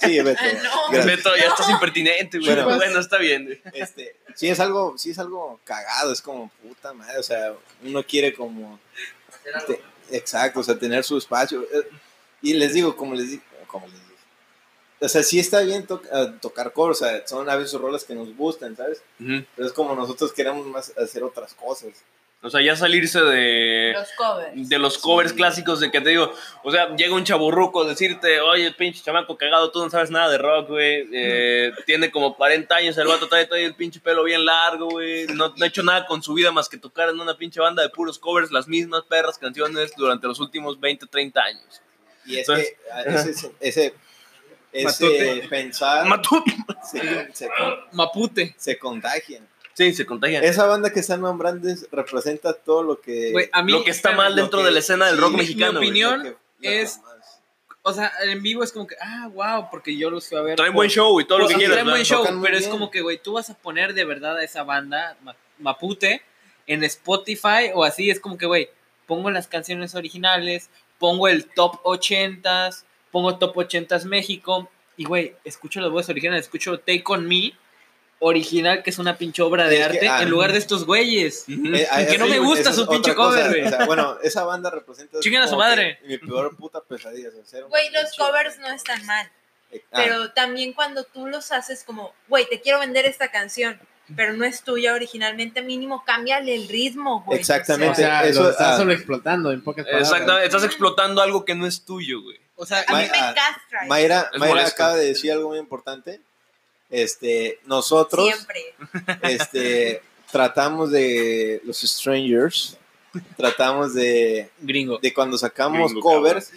Sí, Beto.
Ah, no.
gracias.
Beto, ya estás impertinente, güey.
Bueno.
Bueno, está bien. güey.
Este, sí, es algo, sí es algo cagado, es como puta madre, o sea, uno quiere como... este, exacto, o sea, tener su espacio. eh, Y les digo, como les digo, como les digo. O sea, sí está bien to- eh, tocar cosas, o sea, son a veces rolas que nos gustan, ¿sabes?
Ujú.
Pero es como nosotros queremos más hacer otras cosas.
O sea, ya salirse de...
Los covers.
de los covers clásicos de que te digo, o sea, llega un chaburruco a decirte, oye, pinche chamaco cagado, tú no sabes nada de rock, güey, eh, tiene como 40 años, el vato trae todo el pinche pelo bien largo, güey, no, no ha hecho nada con su vida más que tocar en una pinche banda de puros covers, las mismas perras canciones durante los últimos 20, 30 años.
Y es
Entonces-
que ah, ese, ese, ese
Matute.
pensar
Matú.
se, se,
Mapute.
se contagia.
Sí, se contagian.
Esa banda que están nombrando es- representa todo lo que...
Güey, a mí,
Lo que está
espérame,
ah, mal dentro
que-
de la escena del
sí,
rock
mi- mi
mexicano. güey.
opinión-
lo que- eh, lo que
es-
más.
O sea, en vivo es como que, ah, wow, porque yo los fui a ver.
Traen
por-
buen show y todo lo que
Sí, Pues
quieras.
traen buen
¿verdad?
show,
Tocan muy
pero es
bien.
como que, güey, tú vas a poner de verdad a esa banda, Ma- Mapute, en Spotify o así. Es como que, güey, pongo las canciones originales, pongo el top 80s, pongo top 80s México. Y, güey, escucho las voces originales, escucho Take On Me, original, que es una pinche obra de
Es que,
arte,
ah,
en lugar de estos güeyes.
Ujú.
Eh, ah,
que no
sí,
me
güey,
gusta
esa
su
es otra
pinche
cosa,
cover, güey.
o sea, bueno, esa banda representa...
Chinguen a su
como que
madre.
Mi peor puta pesadilla. o sea, ser un
Güey, los
pinche-
covers no están mal.
Eh, ah,
Pero también cuando tú los haces como, güey, te quiero vender esta canción, pero no es tuya originalmente, mínimo cámbiale el ritmo, güey.
O
Exactamente.
O sea,
sea,
Eso,
lo estás
ah,
sobreexplotando en pocas palabras.
Exactamente, estás explotando algo que no es tuyo, güey.
O sea,
a mí
Ma-
me
ah,
castra. eso,
Mayra,
Es
Mayra
molesto.
acaba de decir algo muy importante. Este, nosotros
Siempre.
este, tratamos de los strangers, tratamos de,
gringo.
de cuando sacamos
Gringo,
covers,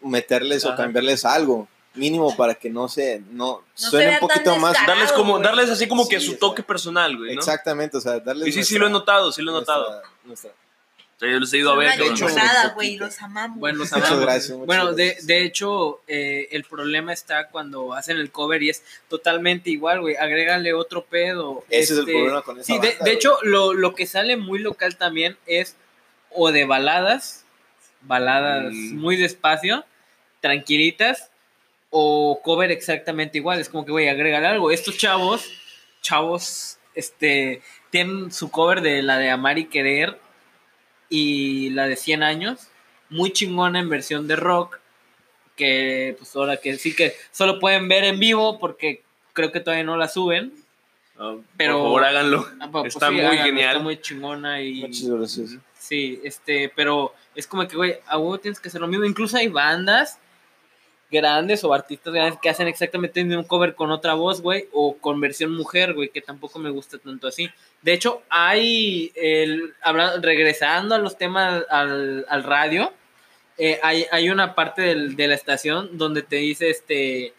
meterles o
Ajá.
cambiarles algo mínimo para que no se, no,
se
suene
vea
un
tan
poquito más.
descarado.
Darles como,
güey.
darles así como que
Sí,
su
o
toque
sea,
personal, güey, ¿no?
Exactamente, o sea, darles.
Y sí, sí
nuestra-
lo he notado, sí lo he notado.
nuestra- nuestra-
O sea, yo los he ido a
Son
ver.
una
cabrón.
hecho,
limonada,
un
güey,
poquito.
los amamos.
Bueno, los
muchas
amamos.
gracias. muchas
Bueno, de,
gracias.
de hecho, eh, el problema está cuando hacen el cover y es totalmente igual, güey. Agrégale otro pedo.
Ese es el
este,
problema con esa
Sí, de,
banda,
de
güey.
hecho, lo, lo que sale muy local también es o de baladas, baladas
Mm.
muy despacio, tranquilitas, o cover exactamente igual. Es como que, güey, agrégale algo. Estos chavos, chavos, este, tienen su cover de la de Amar y Querer y la de 100 años, muy chingona en versión de rock, que pues ahora que sí que solo pueden ver en vivo porque creo que todavía no la suben.
Ah,
Pero-
Por favor, háganlo.
Ah, pues, pues,
Está muy
háganlo,
genial.
Está muy chingona y
Muchas gracias.
sí, este, pero es como que, güey, a huevo tienes que hacer lo mismo. Incluso hay bandas grandes o artistas grandes que hacen exactamente el mismo cover con otra voz, güey, o con versión mujer, güey, que tampoco me gusta tanto así. De hecho, hay, el, habla- regresando a los temas al, al radio, eh, hay, hay una parte del- de la estación donde te dice, este,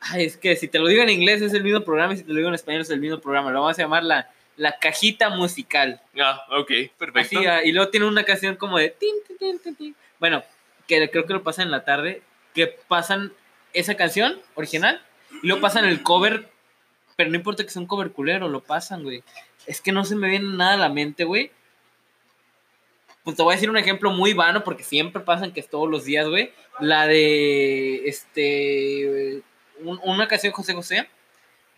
ay, es que si te lo digo en inglés es el mismo programa y si te lo digo en español es el mismo programa, lo vamos a llamar la, la cajita musical.
Ah, ok, perfecto.
Así, ah, y luego tiene una canción como de... tin, tin, tin, tin, tin. Bueno, que creo que lo pasan en la tarde, que pasan esa canción original y luego pasan el cover, pero no importa que sea un cover culero, lo pasan, güey. Es que no se me viene nada a la mente, güey. Pues te voy a decir un ejemplo muy vano porque siempre pasan que es todos los días, güey. La de, este, eh, un- una canción de José José.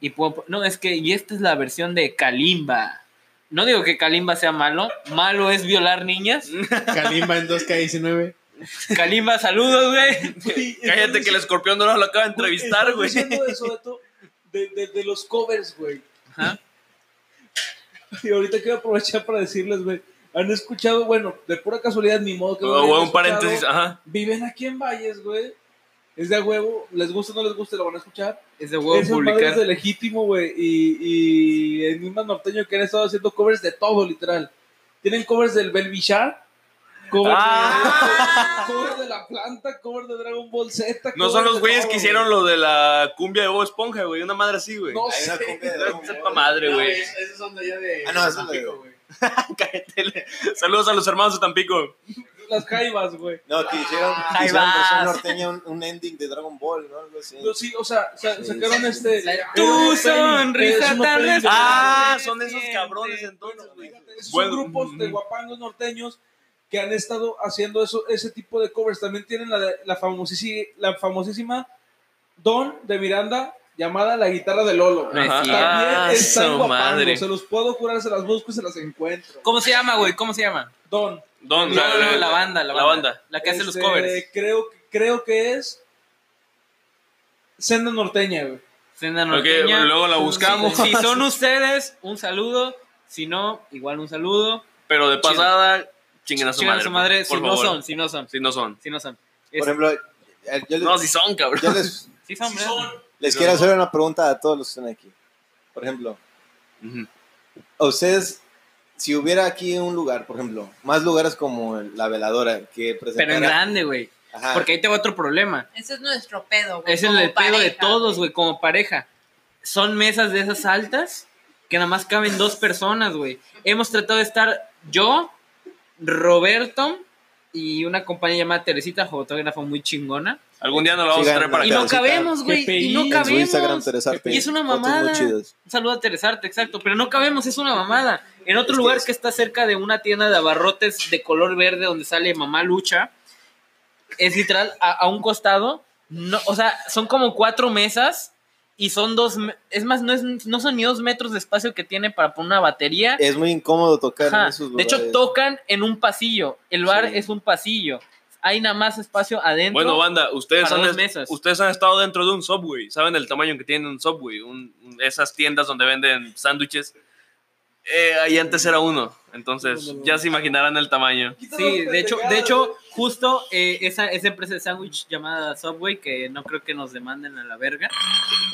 Y puedo- no, es que, y esta es la versión de Kalimba. No digo que Kalimba sea malo, malo es violar niñas.
Kalimba en 2K19.
Kalimba, saludos, güey.
Güey,
Cállate que el
entonces,
escorpión no lo acaba de entrevistar,
estás
güey.
diciendo eso, Beto, de, de, de los covers, güey.
Ajá.
Y ahorita quiero aprovechar para decirles, güey. Han escuchado, bueno, de pura casualidad, ni modo que. no lo
O
hayan
Ah, un paréntesis,
escuchado.
ajá.
Viven aquí en Valles, güey. Es de a huevo. Les gusta o no les gusta, lo van a escuchar.
Es de huevo
Esos
publicar.
madres de legítimo, güey. Y, y el mismo norteño que han estado haciendo covers de todo, literal. Tienen covers del Belvichar. Cover,
Ah.
de, cover de la planta, cover de Dragon Ball Z.
No son los güeyes que hicieron lo de la cumbia de Bob Esponja, güey. Una madre así, güey.
No
Hay una
sé.
cumbia de
No,
Dragon
sepa
Ball.
madre, güey.
Esos son de allá de.
Ah, no, esos de-
Tampico, güey.
Cállate. Saludos a los hermanos de Tampico.
Las jaivas, güey.
No, que hicieron, que
ahí
hicieron
vas.
versión norteña un, un ending de Dragon Ball, ¿no? Algo así.
No, sí, o sea, sa-
Sí,
sacaron
sí,
este.
sí.
era
Tu
un opening,
sonrisa
es un
tan
opening de-
Ah, son
Siente.
esos cabrones entonces, güey.
Esos
Bueno,
son grupos de
mm.
guapangos norteños que han estado haciendo eso, ese tipo de covers. También tienen la, la, famosísima, la famosísima Don de Miranda llamada La Guitarra de Lolo.
No es
Ajá.
cierto.
También
Ah,
están
su madre.
guapangos, se los puedo jurar, se las busco y se las encuentro.
¿Cómo se llama, güey? ¿Cómo se llama?
Don.
Don,
No, no, no, la banda, la banda. La,
banda.
que hace los
este,
covers.
Creo, creo que es Senda Norteña, güey.
Senda
Ok,
norteña.
luego la
Si-
buscamos.
Si, son ustedes, un saludo. Si no, igual un saludo.
Pero de pasada, chinguen a su
Chingan
madre.
su madre.
por
si no
favor.
son, si no son,
Si no son.
si no son.
Por
Es-
ejemplo, eh, yo les,
No, si son,
yo
cabrón.
les-
sí son, ¿verdad?
les quiero hacer una pregunta a todos los que están aquí. Por ejemplo,
Ujú.
a ustedes, si hubiera aquí un lugar, por ejemplo, más lugares como el- la veladora que
Pero
presentara...
en grande, güey.
Ajá.
Porque ahí te va otro problema.
Eso es nuestro pedo, güey.
Es el,
como
el pedo de
pareja,
todos, güey, como pareja. Son mesas de esas altas que nada más caben dos personas, güey. Hemos tratado de estar yo, Roberto y una compañía llamada Teresita, fotógrafa muy chingona.
Algún día nos lo vamos a
Sigan
traer para
Y
acá.
no
Teresita.
cabemos, güey. Y no
En
cabemos.
su Instagram, Teresa Arte,
Y es una
fotos muy
mamada.
chidas.
Un saludo a Teresarte, exacto. Pero no cabemos, es una mamada. En otro
Es que
lugar
es-
que está cerca de una tienda de abarrotes de color verde donde sale Mamá Lucha, es literal a, a un costado. No, o sea, son como cuatro mesas y son dos. me- Es más, no, es, no son ni dos metros de espacio que tiene para poner una batería.
Es muy incómodo tocar
Ajá.
en esos
De
lugares.
hecho, tocan en un pasillo. El bar
Sí.
es un pasillo. Hay nada más espacio adentro.
Bueno, banda, ustedes
Para
han,
dos
es-
mesas.
ustedes han estado dentro de un Subway. ¿Saben el tamaño que tiene un Subway? Un- un- esas tiendas donde venden sándwiches. Eh, ahí antes era uno. Entonces, ya se imaginarán el tamaño.
Sí, de hecho, de hecho, justo eh, esa, esa empresa de sándwich llamada Subway, que no creo que nos demanden a la verga.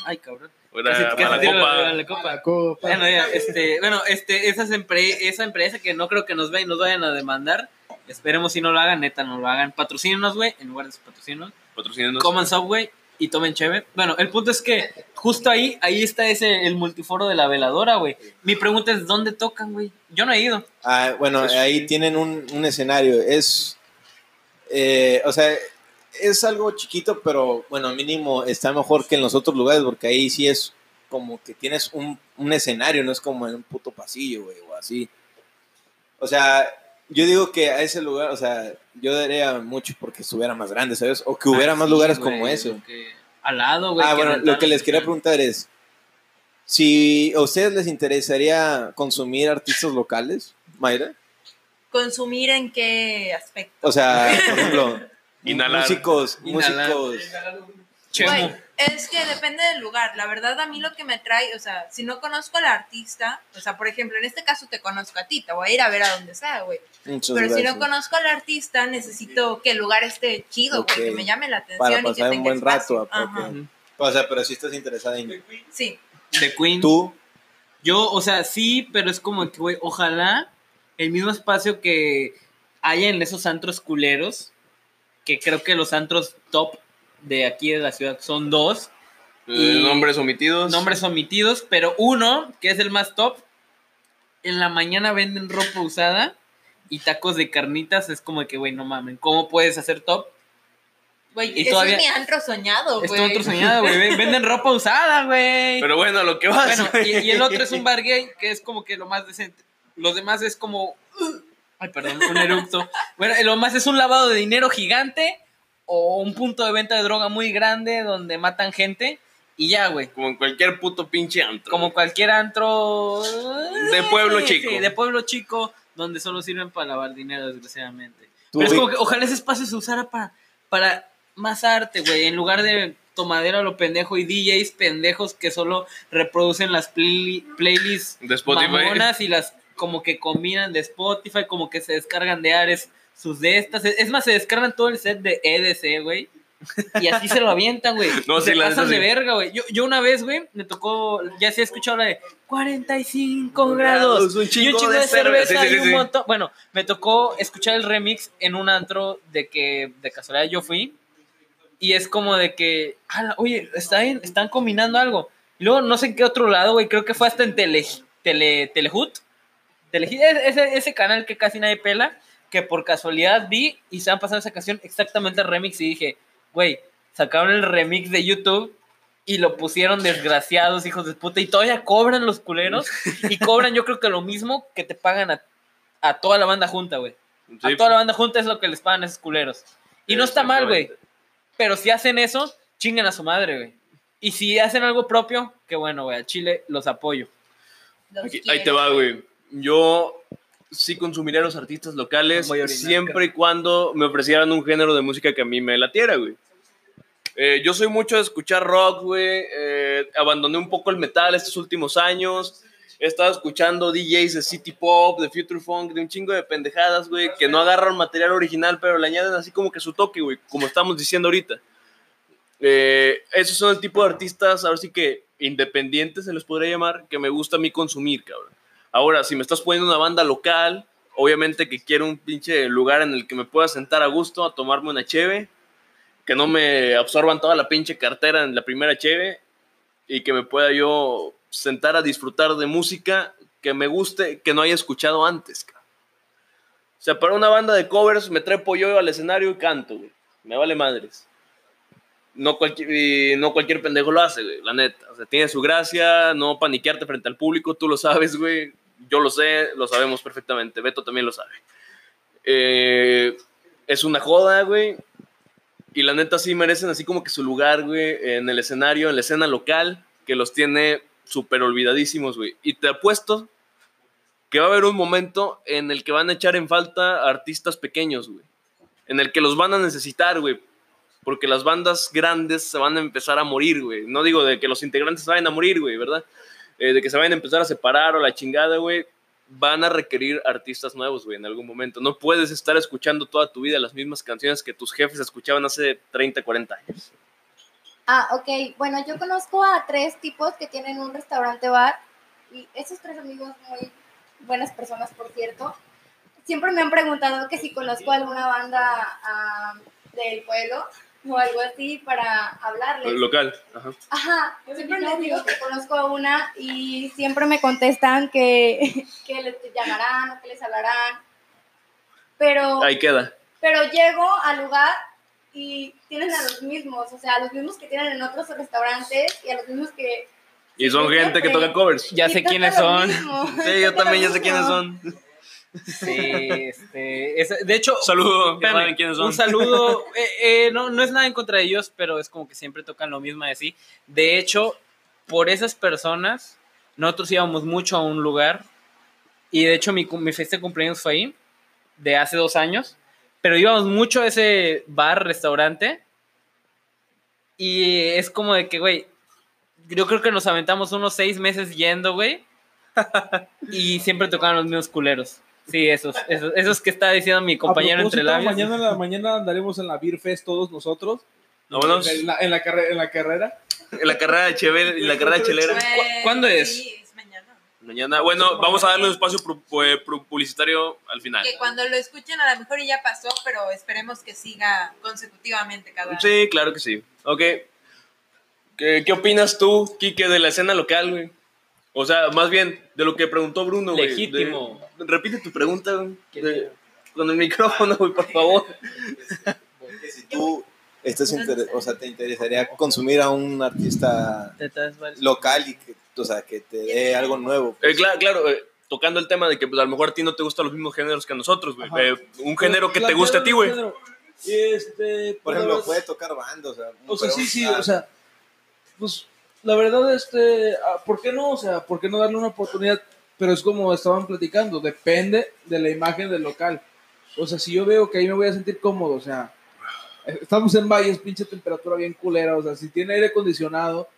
Ay, cabrón.
Era
Casi- casi
para la
tiro
copa.
la- la copa.
La copa.
Bueno, ya, este, bueno, este, esas empre- esa empresa que no creo que nos vayan, nos vayan a demandar. Esperemos si no lo hagan, neta, no lo hagan. Patrocínenos, güey, en lugar de sus patrocínenos.
Patrocínenos.
Coman Subway y tomen cheve. Bueno, el punto es que justo ahí, ahí está ese, el multiforo de la veladora, güey. Mi pregunta es, ¿dónde tocan, güey? Yo no he ido.
Ah, bueno,
Pues,
ahí
sí.
tienen un, un escenario. Es. eh, o sea, es algo chiquito, pero bueno, mínimo está mejor que en los otros lugares, porque ahí sí es como que tienes un, un escenario, no es como en un puto pasillo, güey, o así. O sea, yo digo que a ese lugar, o sea, yo daría mucho porque estuviera más grande, ¿sabes? O que
Ah,
hubiera más
Así,
lugares
güey,
como eso.
que- Al lado, güey.
ah,
que
bueno, lo
rentaron.
que les quería preguntar es. Si a ustedes les interesaría consumir artistas locales, Mayra,
¿Consumir en qué aspecto?
o sea, por ejemplo,
Inhalar.
músicos,
Inhalar.
músicos,
Chemo.
Güey, es que depende del lugar. La verdad, a mí lo que me trae, o sea, si no conozco al artista, o sea, por ejemplo, en este caso te conozco a ti, te voy a ir a ver a donde sea, güey.
Muchas
Pero si
gracias.
no conozco al artista, necesito que el lugar esté chido, güey,
Ok.
que me llame la atención.
Para
y
pasar
que
un
tenga
buen
espacio.
rato, aparte.
Ajá.
O sea, pero si estás interesada en
Sí,
The Queen.
tú,
Yo, o sea, sí, pero es como que, güey, ojalá el mismo espacio que haya en esos antros culeros, que creo que los antros top de aquí de la ciudad son dos,
Eh,
Y-
nombres omitidos.
nombres omitidos, pero uno, que es el más top, en la mañana venden ropa usada y tacos de carnitas, es como que, güey, no mamen, ¿cómo puedes hacer top?
güey,
Y
eso
todavía-
es mi antro soñado,
Esto
güey.
otro soñado, güey, ven- venden ropa usada, güey.
Pero bueno, a lo que vas.
Bueno, y,
güey.
y el otro es un bar gay, que es como que lo más decente. Los demás es como. uh, Ay, perdón, un eructo. Bueno, lo más es un lavado de dinero gigante o un punto de venta de droga muy grande donde matan gente y ya, güey.
Como en cualquier puto pinche antro.
Como cualquier antro. eh,
De pueblo
Sí,
chico.
Sí, de pueblo chico, donde solo sirven para lavar dinero, desgraciadamente.
Tú,
Pero es
Vic.
como que ojalá ese espacio se usara para, para más arte, güey. En lugar de tomadero a lo pendejo y DJs pendejos que solo reproducen las play- playlists
de Spotify.
mamonas y las como que combinan de Spotify, como que se descargan de Ares sus de estas. Es más, se descargan todo el set de EDC, güey. Y así se lo avientan, güey.
No,
se
sí, la neta,
pasan de
sí.
verga, güey. Yo, yo una vez, güey, me tocó, ya sí he escuchado la de 45 grados.
Un
Y
chingo
un chingo de
cerveza.
cerveza
Sí, sí,
y
sí,
un
sí.
montón. Bueno, me tocó escuchar el remix en un antro de que de casualidad yo fui. Y es como de que, "Ala, oye, está en- están combinando algo. Y luego no sé en qué otro lado, güey. Creo que fue hasta en Tele, tele Telehut. Telehit, e- ese, ese canal que casi nadie pela. Que por casualidad vi y se han pasado esa canción exactamente al remix. Y dije, güey, sacaron el remix de YouTube. Y lo pusieron desgraciados, hijos de puta. Y todavía cobran los culeros. Y cobran, yo creo que lo mismo que te pagan a, a toda la banda junta, güey.
Sí. pues.
A toda la banda junta es lo que les pagan a esos culeros. Y no está mal, güey. Pero si hacen eso, chingan a su madre, güey. Y si hacen algo propio, que bueno, güey, a Chile los apoyo.
Los
Aquí- ahí
quiero.
te va, güey. Yo sí consumiría a los artistas locales
Voy a orinar,
siempre y cuando me ofrecieran un género de música que a mí me latiera, güey. Eh, yo soy mucho de escuchar rock, güey. eh, abandoné un poco el metal estos últimos años. He estado escuchando DJs de City Pop, de Future Funk, de un chingo de pendejadas, güey, que no agarran material original, pero le añaden así como que su toque, güey, como estamos diciendo ahorita. Eh, esos son el tipo de artistas, ahora sí que independientes se les podría llamar, que me gusta a mí consumir, cabrón. Ahora, si me estás poniendo una banda local, obviamente que quiero un pinche lugar en el que me pueda sentar a gusto, a tomarme una cheve, que no me absorban toda la pinche cartera en la primera cheve y que me pueda yo sentar a disfrutar de música que me guste, que no haya escuchado antes, cabrón. O sea, para una banda de covers me trepo yo al escenario y canto, güey. Me vale madres no cualquier, y no cualquier pendejo lo hace, güey, la neta. O sea, tiene su gracia, no paniquearte frente al público, tú lo sabes, güey. Yo lo sé, lo sabemos perfectamente. Beto también lo sabe. Eh, es una joda, güey. Y la neta sí merecen así como que su lugar, güey, en el escenario, en la escena local, que los tiene súper olvidadísimos, güey. Y te apuesto que va a haber un momento en el que van a echar en falta artistas pequeños, güey. En el que los van a necesitar, güey, porque las bandas grandes se van a empezar a morir, güey. No digo de que los integrantes se vayan a morir, güey, ¿verdad? Eh, de que se vayan a empezar a separar o la chingada, güey. Van a requerir artistas nuevos, güey, en algún momento. No puedes estar escuchando toda tu vida las mismas canciones que tus jefes escuchaban hace 30, 40 años.
Ah, ok. Bueno, yo conozco a tres tipos que tienen un restaurante bar y esos tres amigos, muy buenas personas, por cierto, siempre me han preguntado que si conozco alguna banda ah, del pueblo o algo así para hablarles.
Local. Ajá.
Ajá, siempre les digo que conozco a una y siempre me contestan que, que les llamarán o que les hablarán. Pero,
Ahí queda.
pero llego al lugar y tienen a los mismos, o sea, a los mismos que tienen en otros restaurantes y a los mismos que...
Y son
Sí,
gente que
güey.
toca covers.
Ya
y
sé
toca
quiénes
lo
son.
mismo,
Sí, yo
toca lo
también ya sé
mismo.
quiénes son.
Sí, este, es- de hecho,
Saludo, ya
espérame,
saben quiénes son.
un saludo, eh, eh, no, no es nada en contra de ellos, pero es como que siempre tocan lo mismo de sí. De hecho, por esas personas, nosotros íbamos mucho a un lugar, y de hecho mi, cum- mi fiesta de cumpleaños fue ahí, de hace dos años, pero íbamos mucho a ese bar, restaurante, Y es como de que, güey, yo creo que nos aventamos unos seis meses yendo, güey. y siempre tocaban los mismos culeros. Sí, esos, esos, esos que está diciendo mi compañero
A
entre
propósito,
labios.
Mañana, en la mañana andaremos en la Beer Fest todos nosotros.
Vámonos.
En la, en la carre- en la carrera.
La carrera de Chevel y la carrera de Chelera.
Güey,
cuándo es?
Sí, es mañana.
Mañana. Bueno, vamos a darle un espacio pu- pu- pu- publicitario al final.
Que cuando lo escuchen a lo mejor ya pasó, pero esperemos que siga consecutivamente cada año.
Sí, claro que sí. Ok. ¿Qué, qué opinas tú, Quique, de la escena local, güey? O sea, más bien, de lo que preguntó Bruno, güey.
Legítimo.
De- repite tu pregunta, güey. De- Con el micrófono, güey, por favor.
Que si tú estás inter- o sea, te interesaría consumir a un artista local y que, o sea, que te dé algo nuevo.
Eh, cla- claro, eh, tocando el tema de que pues, a lo mejor a ti no te gustan los mismos géneros que a nosotros, güey.
Ajá.
Eh, un género que te guste a ti, güey.
Género. Este,
Por
pues,
ejemplo,
la
puede
verdad-
tocar bandos. O sea,
O sea,
pero-
sí, sí,
ah,
o sea, pues la verdad, este, ah, ¿por qué no? O sea, ¿por qué no darle una oportunidad? Pero es como estaban platicando, depende de la imagen del local. O sea, si yo veo que ahí me voy a sentir cómodo, o sea, estamos en valles, pinche temperatura bien culera, o sea, si tiene aire acondicionado,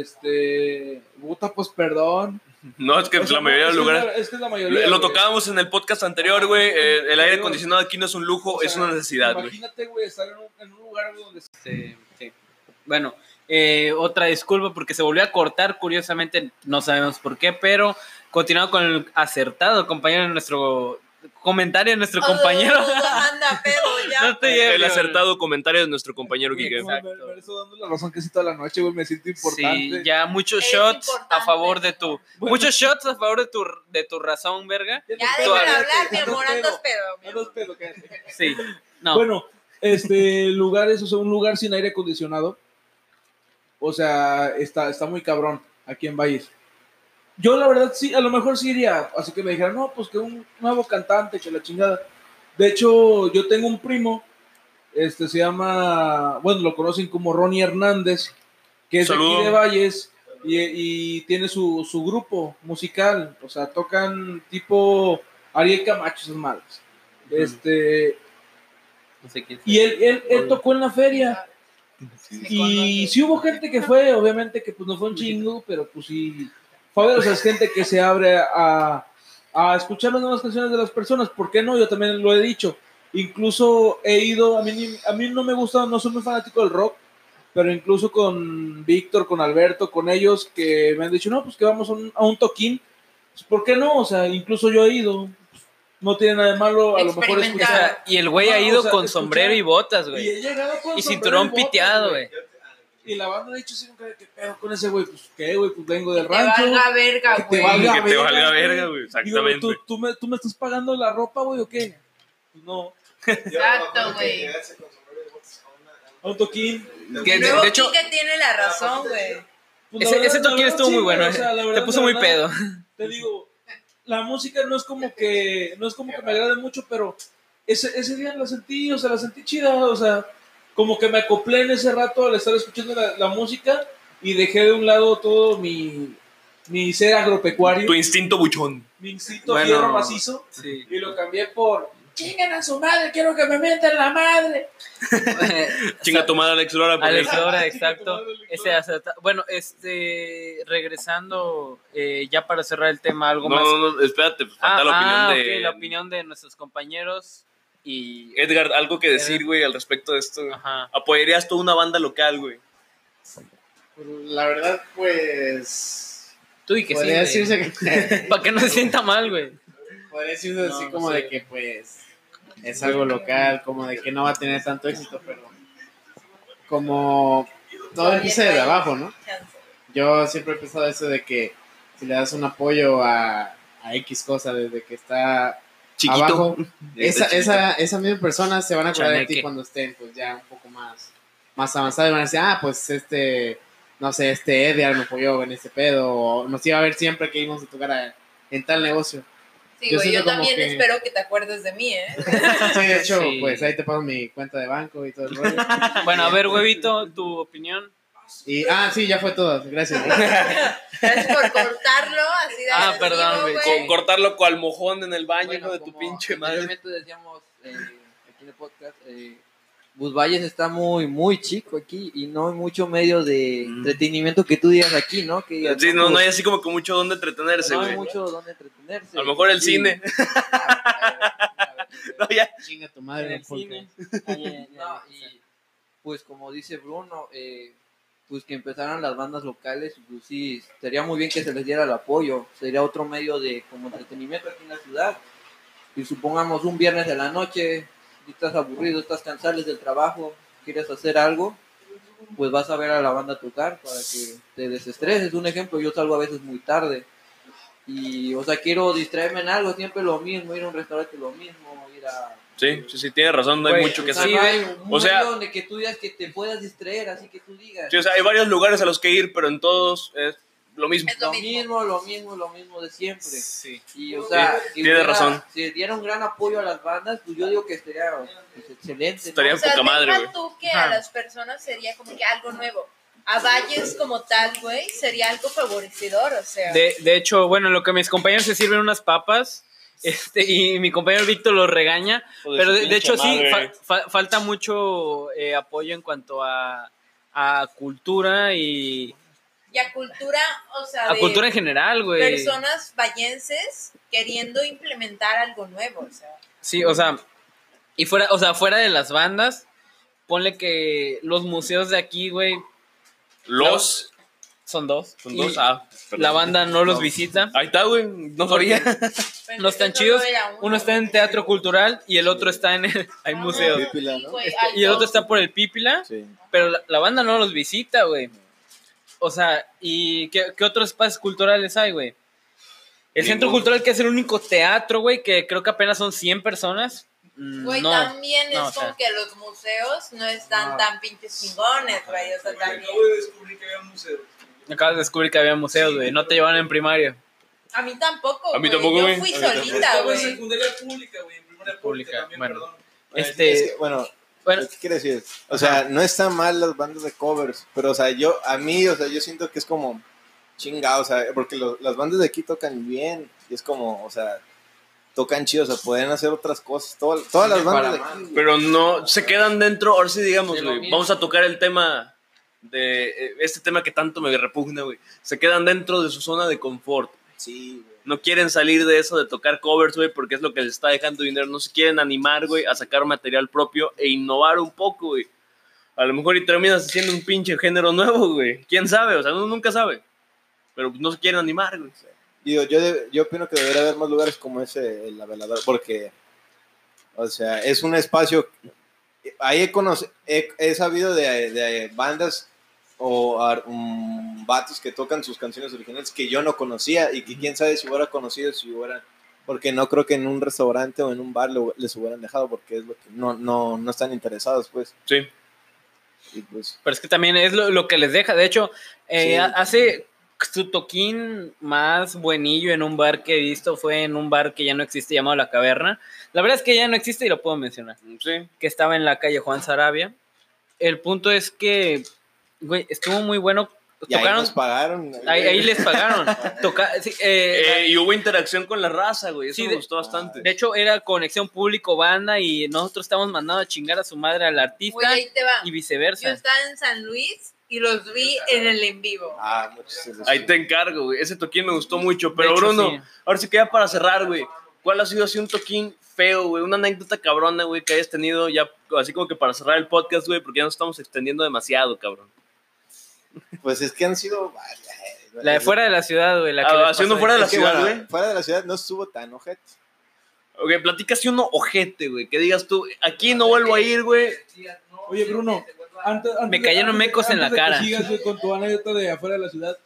este, puta, pues perdón.
No, es que
O sea,
la
no,
mayoría de
es
los
que es la-
lugares.
es que es la mayoría.
Lo
güey.
tocábamos en el podcast anterior, güey. eh, el aire
Anterior.
acondicionado aquí no es un lujo,
O sea,
es una necesidad, güey.
Imagínate, güey, estar en un, en un lugar donde
Este, sí. Bueno, eh, otra disculpa porque se volvió a cortar, curiosamente, no sabemos por qué, pero continuando con el acertado compañero de nuestro comentario de
Oh,
nuestro compañero.
Anda, pedo,
No
ya.
te lleves,
El
güey.
acertado comentario de nuestro compañero Quique.
No, me-
Exacto.
me estoy dando la razón que sí toda la noche, güey, me siento importante.
Sí, ya muchos
Es
shots a
importante.
favor de tu
Bueno.
muchos shots a favor de tu de tu razón, verga.
Ya
no
déjalo
pedo,
hablar, mi
no
amor,
pedo,
andas pedo. mi
no nos
amor.
pedo, cállate.
Sí. No.
Bueno, este, lugares, o sea, un lugar sin aire acondicionado, o sea, está, está muy cabrón aquí en Valles. Yo, la verdad, sí, a lo mejor sí iría, así que me dijeron, no, pues que un nuevo cantante, que la chingada. De hecho, yo tengo un primo, este, se llama, bueno, lo conocen como Ronnie Hernández, que es de
Saludo.
aquí de Valles, y, y tiene su, su grupo musical, o sea, tocan tipo Ariel Camacho, esas madres. Este,
No sé quién sea.
y él, él, él tocó en la feria. Y sí hubo gente que fue, obviamente que pues no fue un chingo, pero pues sí. Fue de esas gente que se abre a, a escuchar las nuevas canciones de las personas. ¿Por qué no? Yo también lo he dicho. Incluso he ido, a mí, ni- a mí no me gusta, no soy muy fanático del rock, pero incluso con Víctor, con Alberto, con ellos que me han dicho, no, pues que vamos a un, a un toquín. Pues, ¿Por qué no? O sea, incluso yo he ido. No tiene nada de malo, a lo mejor
O
Experimentar.
sea,
escuchar.
y el güey
No,
ha ido
o sea,
con
escuchar-
sombrero y botas,
Y
güey.
he llegado con
Y
sombrero y
cinturón
botas,
piteado, güey.
Y la banda ha dicho siempre que pedo con ese güey, pues qué, güey, pues vengo del
Te
rancho.
valga verga,
que te
güey.
valga
Que te
verga,
valga
güey.
verga, güey.
Digo, güey,
Exactamente.
¿tú, tú, me, ¿tú me estás pagando la ropa, güey, o qué? Pues no.
Exacto, güey.
A un toquín.
Que- de-
Luego
de hecho-
Quique tiene la razón,
Pues,
güey.
la
Ese,
verdad-
ese
la
toquín
verdad,
estuvo
sí,
muy
güey,
bueno.
o sea, la
eh. Te
verdad,
puso
la
muy
verdad,
pedo.
Te digo, la música no es como que, no es como que me agrade mucho, pero ese, ese día la sentí, o sea, la sentí chida, o sea, como que me acoplé en ese rato al estar escuchando la, la música y dejé de un lado todo mi, mi ser agropecuario,
Tu instinto buchón.
mi instinto
Bueno.
fierro macizo,
Sí.
y lo cambié por, chinguen a su madre, quiero que me mienten la madre.
Chinga tu madre, Alex Lora. porque-
Alex Lora,
tu
exacto.
madre, Alex
Ese
Lora.
acerta- Bueno, este, regresando eh, ya para cerrar el tema, algo
No,
más.
no, no, espérate. pues,
Ah,
Falta la opinión
ah,
de.
ok, la opinión de nuestros compañeros y...
Edgar, algo que decir, güey, al respecto de esto. güey.
Ajá.
Apoyarías toda una banda local, güey.
La verdad, pues.
Tú y que
podría
sí,
decirse que.
Para que no se sienta mal, güey.
podría decirse
No,
así
no
como
sé.
de que, pues. Es algo local, como de que no va a tener tanto éxito, pero. Como. Todo empieza desde abajo, ¿no?
Chance.
Yo siempre he pensado eso de que si le das un apoyo a, a X cosa desde que está
Chiquito.
abajo,
Desde
esa,
chiquito.
esa, esa misma persona se van a acordar de
Chaneque.
ti cuando estén pues ya un poco más, más avanzados y van a decir, ah, pues este, no sé, este Edgar me apoyó en este pedo, o nos iba a ver siempre que íbamos a tocar a- en tal negocio.
Sí,
Yo
güey, yo,
siento como
también
que-
espero que te acuerdes de mí, ¿eh?
Sí, de hecho,
Sí.
pues ahí te paso mi cuenta de banco y todo el rollo.
Bueno, a ver, huevito, tu opinión.
Y, ah, sí, ya fue todo, gracias.
Gracias por cortarlo así de
Ah,
agresivo,
perdón, güey.
Co- cortarlo cual mojón en el baño,
Bueno,
hijo de tu
como
pinche madre.
anteriormente decíamos eh, aquí en el podcast, eh, Busvalles está muy, muy chico aquí y no hay mucho medio de entretenimiento que tú digas aquí, ¿no? Que digas,
Sí, no, no hay
pues,
así como que mucho donde entretenerse,
no
güey.
hay mucho donde entretenerse.
A lo mejor el
Sí.
cine. No, ya.
Chinga tu madre,
En el
un podcast.
cine. No, y pues como dice Bruno, eh, pues que empezaran las bandas locales, pues sí, sería muy bien que se les diera el apoyo, sería otro medio de como entretenimiento aquí en la ciudad. Y supongamos un viernes de la noche, y estás aburrido, estás cansado del trabajo, quieres hacer algo, pues vas a ver a la banda tocar para que te desestreses. Un ejemplo, yo salgo a veces muy tarde. Y, o sea, quiero distraerme en algo, siempre lo mismo, ir a un restaurante lo mismo, ir a
Sí, sí, sí, tienes razón, no hay
Güey,
mucho que
o sea,
hacer.
no hay-
o
o
sea-
sea, donde que tú digas que te puedas distraer, así que tú digas.
Sí, o sea, hay varios lugares a los que ir, pero en todos es lo mismo.
Es
lo mismo, lo mismo, lo mismo de siempre.
Sí.
Y, o sea,
Sí,
si
tienes
hubiera-
razón.
Si diera un gran apoyo a las bandas, pues yo digo que estaría pues, excelente. ¿no?
Estaría-
O sea,
poca madre,
deja
güey.
tú que a las personas sería como que algo nuevo. A Valles como tal, güey, sería algo favorecedor, o sea.
De, de hecho, bueno, lo que mis compañeros se sirven unas papas. Este, y mi compañero Víctor los regaña, pero de, de hecho sí, fa- fa- falta mucho eh, apoyo en cuanto a, a cultura y
Y a cultura, o sea,
a
de
cultura en general, güey.
personas vallenses queriendo implementar algo nuevo, o sea.
Sí, o sea, y fuera, o sea, fuera de las bandas, ponle que los museos de aquí, güey,
Los.
son dos.
Son
y
dos. Ah, perdón.
La banda no los visita.
Ahí está, güey. No sabía.
pero
No están
solo
chidos.
era uno.
Uno está en teatro cultural y el otro está en el, hay
Ah,
museos.
sí,
Pípila, ¿no?
güey,
Este,
hay
y el otro
dos.
está por el Pípila,
Sí.
pero la, la banda no los visita, güey. O sea, ¿y qué, qué otros espacios culturales hay, güey? El Centro
Ninguno.
Cultural, que es el único teatro, güey, que creo que apenas son 100 personas. Mm,
Güey,
no.
también
no, o
es como
sea.
que los museos no están
No.
tan pinches chingones, güey, o sea, también.
Acabo de descubrir que había un museo.
Acabas de descubrir que había museos, güey. No te llevaban en primaria.
A mí tampoco,
A mí
güey,
tampoco, güey.
Yo fui
A mí tampoco.
solita,
Estaba en
güey.
secundaria pública, güey, en primaria pública,
Pública,
también,
bueno.
perdón.
Es
Este,
que, bueno,
bueno,
¿qué quiere decir? O sea, no están mal las bandas de covers, pero, o sea, yo, a mí, o sea, yo siento que es como chingado, o sea, porque lo- las bandas de aquí tocan bien, y es como, o sea, tocan chido, o sea, pueden hacer otras cosas, todo- todas las bandas de aquí.
Pero no, se quedan dentro, ahora sí digamos,
De lo
güey,
mismo.
vamos a tocar el tema de eh, este tema que tanto me repugna, güey. Se quedan dentro de su zona de confort.
Sí, güey.
No quieren salir de eso de tocar covers, güey, porque es lo que les está dejando dinero. No se quieren animar, güey, a sacar material propio e innovar un poco, güey. A lo mejor y terminas haciendo un pinche género nuevo, güey. ¿Quién sabe? O sea, uno nunca sabe. Pero no se quieren animar, güey.
Digo, yo, de- yo opino que debería haber más lugares como ese, el la veladora, porque, o sea, es un espacio. Ahí he, conoc- he, he sabido de, de bandas o ar- mm, vatos que tocan sus canciones originales que yo no conocía y que quién sabe si hubiera conocido, si hubiera. Porque no creo que en un restaurante o en un bar lo- les hubieran dejado, porque es lo que no, no, no están interesados, pues.
Sí.
Y pues,
pero es que también es lo, lo que les deja. De hecho, eh,
Sí.
ha- hace su toquín más buenillo en un bar que he visto fue en un bar que ya no existe llamado La Caverna. La verdad es que ya no existe y lo puedo mencionar.
Sí.
que estaba en la calle Juan Sarabia. El punto es que, güey, estuvo muy bueno.
y ahí
Pues Tocaron,
nos pagaron.
ahí, ahí les pagaron. Toca- sí, eh,
Eh, y hubo interacción con la raza, güey. Eso
Sí,
me
de-
gustó bastante.
de hecho, era conexión público-banda y nosotros estábamos mandando a chingar a su madre al
Güey,
artista
ahí te va.
y
Yo
viceversa.
estaba en San Luis y los vi en el en vivo.
Ah, muchas gracias.
Ahí te encargo, güey. Ese toquín me gustó mucho. Pero
De hecho,
Bruno,
sí.
ahora sí queda para cerrar, güey. ¿Cuál ha sido así un toquín feo, güey? Una anécdota cabrona, güey, que hayas tenido ya, así como que para cerrar el podcast, güey, porque ya nos estamos extendiendo demasiado, cabrón.
Pues es que han sido. eh,
La de fuera de la ciudad, güey. La
Ah,
que les
haciendo
pasó
fuera de la
Es que,
ciudad,
bueno,
güey.
Fuera de la ciudad no estuvo tan ojete.
Ok, platica así uno ojete, güey. Que digas tú, aquí no vuelvo a ir, güey.
Oye, Bruno, Antes- antes
Me
de-
cayeron
antes de-
mecos en
antes
la
de que
cara.
sigas, güey, con tu anécdota de afuera de la ciudad.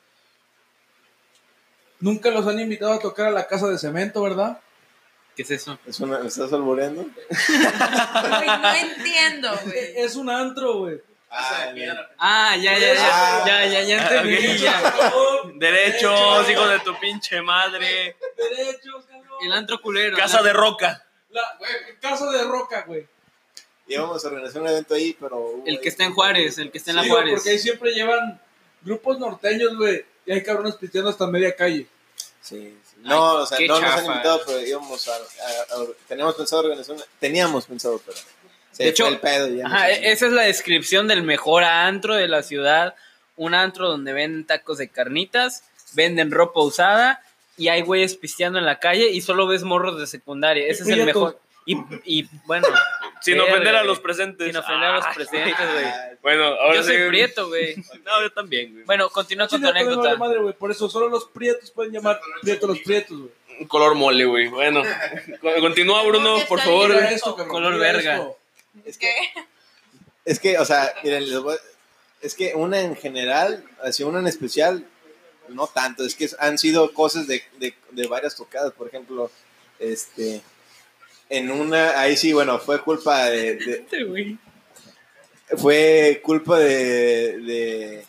Nunca los han invitado a tocar a la casa de cemento, ¿verdad?
¿Qué es eso?
Es una- ¿Me estás alboreando?
Güey, no entiendo,
E-
güey.
Es un antro, güey.
Ah,
Ah, ya, ya,
Ah.
ya. Ya, ya, ya entendí.
ok.
ya.
Derechos, hijo de tu pinche madre.
Derechos, cabrón.
El antro culero.
Casa de roca.
La- güey, casa de roca, güey.
íbamos a organizar un evento ahí, pero. hubo
El que
ahí-
está en Juárez, el que está en la
Sí, güey,
Juárez.
porque ahí siempre llevan grupos norteños, güey. Y hay cabrones pisteando hasta media calle.
Sí, sí. No, o sea,
qué
no nos
chafa.
han invitado, pero íbamos a. a- a- teníamos pensado organizar una- Teníamos pensado, pero.
De
Se fue
hecho,
el pedo ya.
Ajá, e- esa es la descripción del mejor antro de la ciudad. Un antro donde venden tacos de carnitas, venden ropa usada y hay güeyes pisteando en la calle y solo ves morros de secundaria. Ese es el
Prietos.
mejor. Y, y, bueno,
Sin
verga,
ofender a los
güey.
presentes.
sin ofender a los
Ah,
presentes, güey.
Bueno, ahora
Yo soy
sí.
prieto, güey.
No, yo también, güey.
Bueno, continúa con tu
Chile, no le vale
anécdota.
madre, güey. Por eso solo los prietos pueden llamar prietos los prietos, güey.
Un color mole, güey. Bueno, Con- continúa, Bruno, por favor.
Mira
güey.
esto, cabrón,
Color
mira
verga.
esto.
Es que, es que, o sea, miren, les voy- es que una en general, así una en especial, no tanto, es que han sido cosas de, de- de varias tocadas, por ejemplo, este, en una, ahí sí, bueno, fue culpa de, de- fue culpa de, de,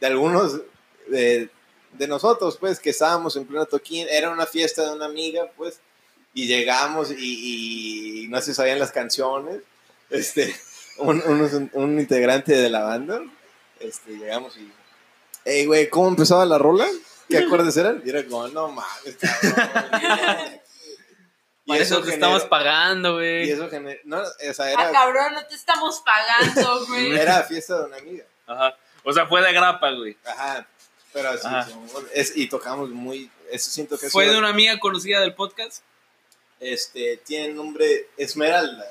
de algunos de, de nosotros, pues, que estábamos en pleno toquín, era una fiesta de una amiga, pues, y llegamos y, y no se sabían las canciones, este, un, unos- un integrante de la banda, este, llegamos y, hey, güey, ¿cómo empezaba la rola? ¿Qué acordes eran? Y era como, no mames, cabrón.
Por eso te
generó-
estamos pagando,
y
güey.
eso generó, no, o sea,
Ah,
era,
cabrón, no te estamos pagando, güey.
era fiesta de una amiga.
Ajá. O sea, fue de grapa, güey.
Ajá. Pero sí,
Ajá.
somos- es- y tocamos muy. Eso siento que es
Fue de
una-
una amiga conocida del podcast.
Este, tiene nombre Esmeralda.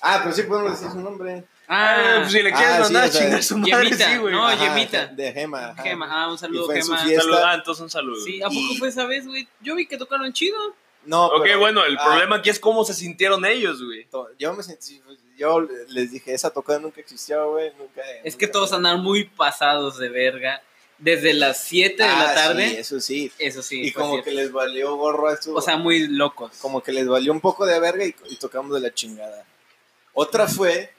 Ah, pero sí podemos decir su nombre.
Ah,
Ah,
pues si le quieres
Ah, sí,
mandar
o sea,
a chingar su madre,
Yemita,
sí, güey.
No,
Ajá,
Yemita.
De Gema. ajá.
Gema. Ah, un
Y
saludo,
fue en su
Gema.
fiesta.
Salud. Ah, entonces un saludo.
Sí, ¿a poco
Y-
fue esa vez, güey? Yo vi que tocaron chido.
No,
Ok,
pero-
bueno, el
ah,
problema aquí es cómo se sintieron ellos, güey.
to- Yo me sentí. pues, Yo les dije, esa tocada nunca existió, güey. Nunca.
Es que todos andan muy pasados de verga. Desde las 7 de la tarde.
eso Ah, sí.
Eso sí.
y
fue
como
cierto.
que les valió gorro a estos.
O sea, muy locos.
como que les valió un poco de verga y, y tocamos de la chingada. Otra fue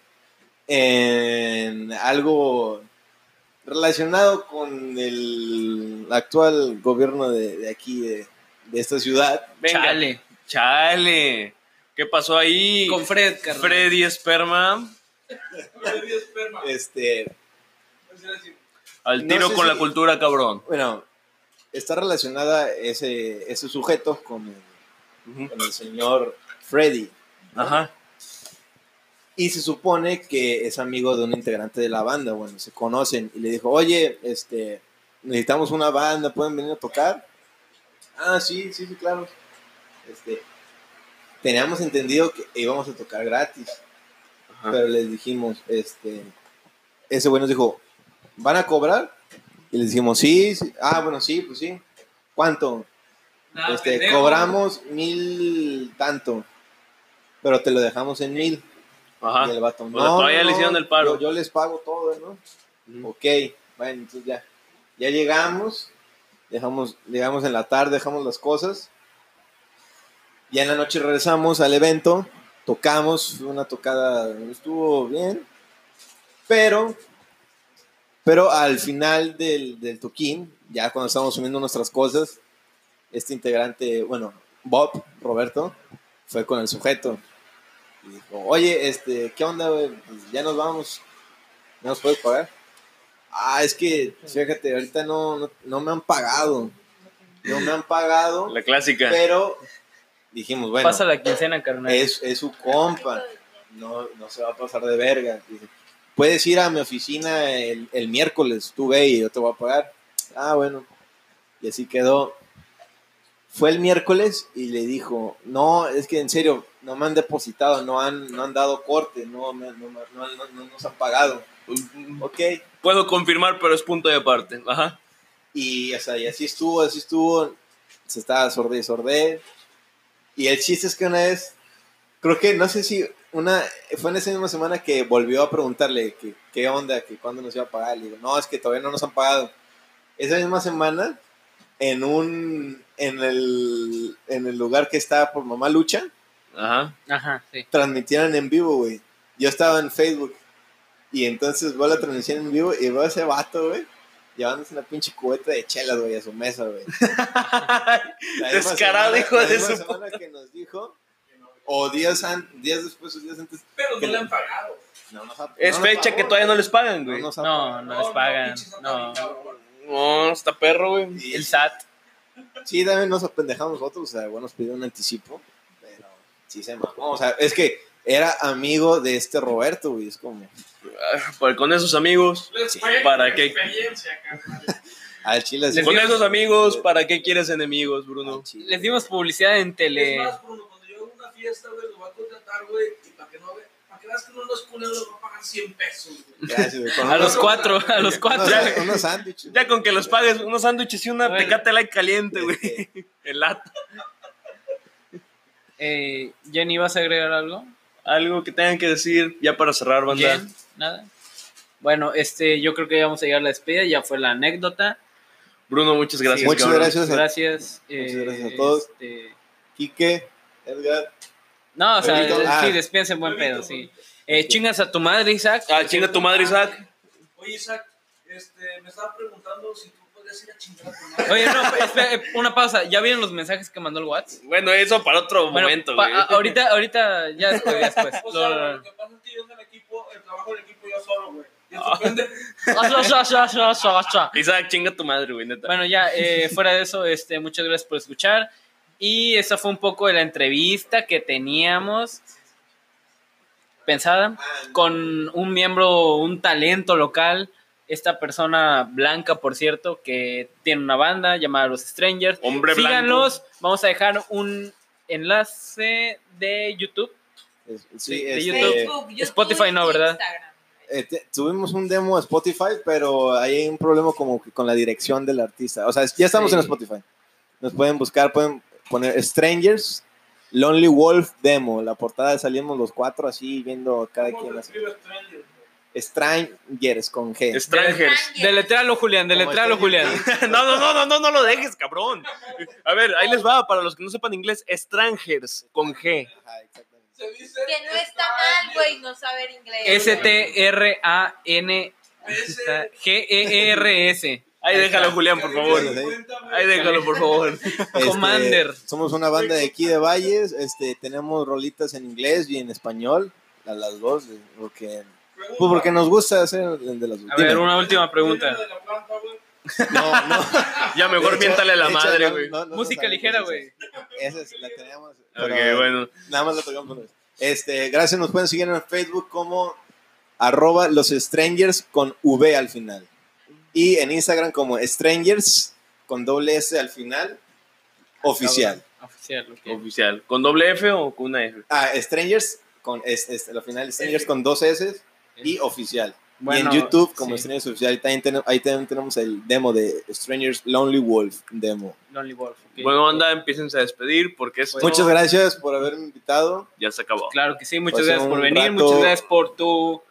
en algo relacionado con el actual gobierno de, de aquí, de, de esta ciudad.
Venga.
Chale.
Chale. ¿Qué pasó ahí?
Con Fred, carnal.
Freddy Esperma
Este,
al
No
tiro
sé
con
si-
la cultura, cabrón.
bueno, está relacionada ese, ese sujeto con el, con el señor Freddy.
Ajá.
Y se supone que es amigo de un integrante de la banda, bueno, se conocen. Y le dijo, oye, este, necesitamos una banda, ¿pueden venir a tocar? Ah, sí, sí, sí, claro. Este, teníamos entendido que íbamos a tocar gratis,
Ajá.
pero les dijimos, este, ese güey nos dijo, ¿van a cobrar? Y les dijimos, sí, sí. ah, bueno, sí, pues sí. ¿Cuánto?
Ah,
este, cobramos mil tanto, pero te lo dejamos en mil.
Ajá.
Y el vato,
O sea, todavía le hicieron el paro".
Yo, yo les pago todo, ¿no? Ok, bueno, entonces ya. Ya llegamos, dejamos, llegamos en la tarde, dejamos las cosas. Ya en la noche regresamos al evento, tocamos, fue una tocada, estuvo bien. Pero, pero al final del, del toquín, ya cuando estábamos sumiendo nuestras cosas, este integrante, bueno, Bob, Roberto, fue con el sujeto. Y dijo, oye, este, ¿qué onda, güey? Pues ya nos vamos. ¿No nos puedes pagar? Ah, es que, fíjate, ahorita no, no, no me han pagado. No me han pagado,
La clásica.
pero dijimos, bueno,
Pasa la quincena, carnal.
es, es su compa. No, no se va a pasar de verga. Dice, puedes ir a mi oficina el, el miércoles, tú ve y yo te voy a pagar. Ah, bueno. Y así quedó. Fue el miércoles y le dijo, no, es que en serio, no me han depositado, no han, no han dado corte, no, me- no, me- no- no- no nos han pagado. Ok.
Puedo confirmar, pero es punto de parte. Ajá.
Y, o sea, y así estuvo, así estuvo. Se estaba sordé y sordé. Y el chiste es que una vez, creo que no sé si una, fue en esa misma semana que volvió a preguntarle que, qué onda, que cuándo nos iba a pagar. Le digo, no, es que todavía no nos han pagado. Esa misma semana, en un, en el, en el lugar que estaba por Mamá Lucha,
Ajá.
Ajá, sí.
transmitieron en vivo, güey. Yo estaba en Facebook. Y entonces veo la transmisión en vivo y veo a ese vato, güey, llevándose una pinche cubeta de chelas, güey, a su mesa, güey. La misma
Descarado,
semana-
hijo
la
de
misma
su
semana que nos dijo, o días, an- días después, o días antes.
Pero
que
no le han pagado.
no nos ha-
Es
no nos
fecha
pagó,
que todavía no les pagan, güey.
no nos ha
No, no les pagan.
pinches
No.
cabrón.
No, está perro, güey.
pagado. Y-
El SAT.
Sí, también nos apendejamos nosotros, o sea, bueno, nos pidió un anticipo, pero sí se mamó, o sea, es que era amigo de este Roberto, güey. Es como,
Para- con esos amigos, ¿para qué?
al chile así.
Les
Con
digo-
esos amigos, ¿para qué quieres enemigos, Bruno?
Al chile.
Les dimos publicidad en
Es
tele.
más, Bruno, cuando yo hago una fiesta, güey, lo voy a contratar, güey, y para que no ve- para que veas que no los culeros les voy a pagar 100 pesos, güey.
Gracias, güey. Con
A
unos-
los cuatro, a los cuatro.
Unos, unos sándwiches.
Ya con que los pagues unos sándwiches y una
Bueno.
tecate light caliente, güey.
Este,
El lata.
Eh, Jenny, ¿vas a agregar algo?
Algo que tengan que decir ya para cerrar, banda.
Bien, nada. Bueno, este, yo creo que ya vamos a llegar a la despedida, ya fue la anécdota.
Bruno, muchas Pues gracias.
Sí,
Muchas
cabrón.
gracias a
Gracias. eh,
gracias a todos.
este,
Quique, Edgar.
no, o sea,
Huevito.
eh,
Ah.
sí, despídense en buen pedo, sí. Eh, chingas a tu madre, Isaac.
Ah, chinga tu madre, Isaac.
Oye, Isaac, este, me estaba preguntando si tú podrías ir a chingar a tu madre.
Oye, no, espera, eh, una pausa. ¿Ya vieron los mensajes que mandó el WhatsApp?
Bueno, eso para otro
Bueno,
momento,
pa- ah,
güey.
a- ahorita, ahorita, ya después, ya después.
O
No,
sea,
no,
güey,
no. Eh,
lo que pasa es que yo en el equipo, el trabajo del equipo yo solo, güey. Y esto depende-
Isaac, chinga tu madre, güey, neta.
Bueno, ya, eh, fuera de eso, este, muchas gracias por escuchar. Y esa fue un poco de la entrevista que teníamos pensada con un miembro, un talento local. Esta persona blanca, por cierto, que tiene una banda llamada Los Strangers.
Hombre blanco.
Síganlos. Vamos a dejar un enlace de YouTube.
Es-
Sí,
Sí,
de
este,
Facebook, YouTube,
Spotify no, ¿verdad?
Instagram.
eh, te- tuvimos un demo a Spotify, pero ahí hay un problema como que con la dirección del artista. O sea, es- ya estamos
Sí.
en Spotify. Nos pueden buscar, pueden poner Strangers, Lonely Wolf Demo. La portada salimos los cuatro así viendo cada
¿Cómo
quien.
se
las-
escribe extraño, güey?
Strangers con G.
Strangers.
Deletralo, Julián, deletralo, Julián.
No, no, no, no, no, no lo dejes, cabrón. A ver, ahí les va, para los que no sepan inglés, Strangers con G.
Ajá, exactamente.
Se dice
Que no está mal, güey, no saber inglés.
E S-T-R-A-N-G-E-R-S.
Ahí déjalo, Julián, por favor. Ahí déjalo, por favor.
Este,
Commander.
somos una banda de aquí de Valles. Este, tenemos rolitas en inglés y en español. A las dos, eh, porque, pues porque nos gusta hacer el de las dos.
A
Dime.
ver, una última pregunta.
No, no.
Ya mejor
De hecho-
miéntale a la
de hecho,
madre,
no-
güey.
no- no
Música
sabemos
ligera,
esa.
güey.
Esa es, la teníamos.
Ok,
pero
bueno.
Nada más la tocamos una vez. Este, gracias, nos pueden seguir en Facebook como arroba los strangers con V al final. Y en Instagram como strangers con doble S al final, oficial.
Oficial, ok.
Oficial. ¿Con doble F o con una F?
Ah, strangers con es, es- al final, strangers con dos S y oficial.
Bueno,
y en YouTube como
sí.
strangers oficial. También tenemos, ahí también tenemos el demo de strangers Lonely Wolf demo.
Lonely Wolf. ok.
Bueno, anda, empiecen a despedir porque esto
Muchas gracias por haberme invitado.
ya se acabó.
Claro que sí, muchas
Pues,
gracias por
un
venir,
rato-
muchas gracias por tu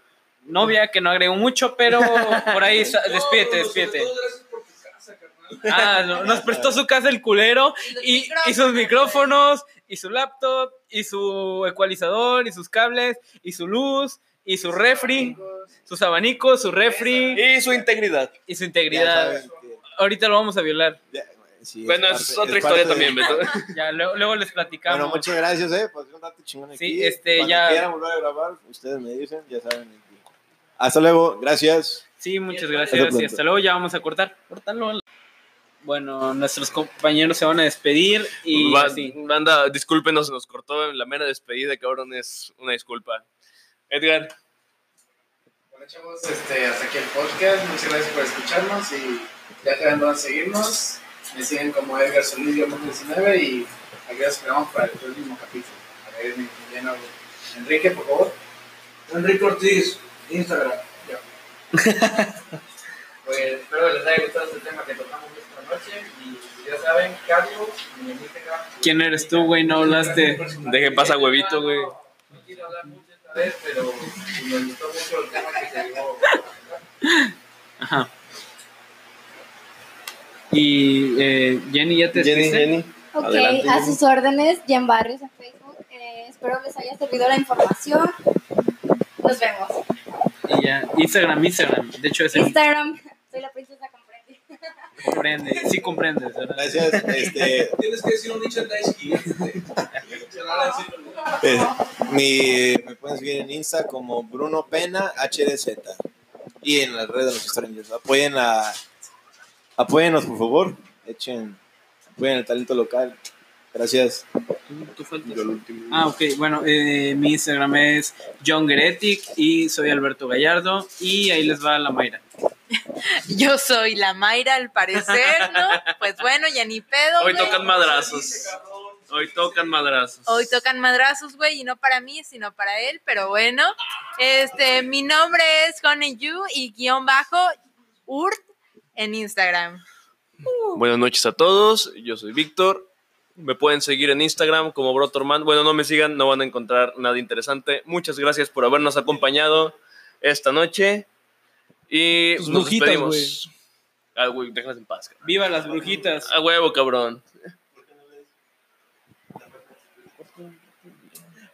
novia, que no agregó mucho, pero por ahí sa- despídete, despídete.
Gracias por tu casa, carnal.
Ah, no, nos prestó su casa el culero
los
y, y sus
micrófonos,
micrófonos, y su laptop, y su ecualizador, y sus cables, y su luz, y su refri, sus abanicos, su refri,
Y su integridad.
y su
Ya
integridad.
saben que-
Ahorita lo vamos a violar.
Ya, sí,
Bueno,
parte-
esa es otra
parte
historia
de-
también, Beto.
Ya, luego, luego les platicamos.
Bueno, muchas gracias, eh. Pues un rato chingón aquí.
Sí, este,
Cuando
ya-
quieran volver a grabar, ustedes me dicen, ya saben. aquí. Hasta luego, gracias.
Sí, muchas
Hasta
gracias.
pronto.
Y hasta luego, ya vamos a cortar. Córtalo. Bueno, nuestros compañeros se van a despedir y
Ba-
así.
Banda, discúlpenos, nos cortó en la mera despedida, cabrón, es una disculpa. Edgar,
Bueno, chavos, este, hasta aquí el podcast. Muchas gracias por escucharnos y ya saben dónde seguirnos. Me siguen como Edgar Solís, 19 y aquí los esperamos para el próximo capítulo. A ver, mi compañero Enrique, por favor.
Enrique Ortiz, Instagram. Ya.
Pues espero que les haya gustado este tema que tocamos esta noche. Y ya saben, Carlos, en el Instagram.
¿Quién eres tú, güey? No hablaste.
deje pasa huevito, güey.
No, no quiero hablar mucho esta vez, pero me gustó mucho el tema que se llevó.
Ajá. Y eh, Jenny, ¿ya te
Jenny,
despediste?
Jenny.
Ok,
Adelante,
a
Jenny.
sus órdenes, Jen Barrios en Facebook. Eh, espero les haya servido la información. Nos vemos.
Y ya, Instagram, Instagram. De hecho, es el
Instagram, soy la princesa comprende.
comprende. Sí comprendes, ¿verdad?
Gracias. Este,
Tienes que decir un hincha nice gigante. Se la van a decir, güey.
eh, mi, me pueden seguir en Insta como Bruno Pena HDZ. Y en las redes de los extraños. Apoyen a. Apóyennos, por favor. Echen. Apoyen el talento local. Gracias.
¿Tú faltas?
Yo el último.
Ah, ok, bueno, eh, mi Instagram es John Geretic y soy Alberto Gallardo y ahí les va la Mayra.
Yo soy la Mayra, al parecer, ¿no? Pues bueno, ya ni pedo.
Hoy
güey.
tocan madrazos. Hoy tocan madrazos.
Hoy tocan madrazos, güey, y no para mí, sino para él, pero bueno. Este, mi nombre es Honeyu y guión bajo Urt en Instagram.
Buenas noches a todos. Yo soy Víctor. Me pueden seguir en Instagram como Brotorman. Bueno, no me sigan, no van a encontrar nada interesante. Muchas gracias por habernos acompañado esta noche. Y
Tus
nos
brujitas,
despedimos. Ah, güey, déjalas en paz. cabrón.
¡Viva las brujitas!
A huevo, cabrón.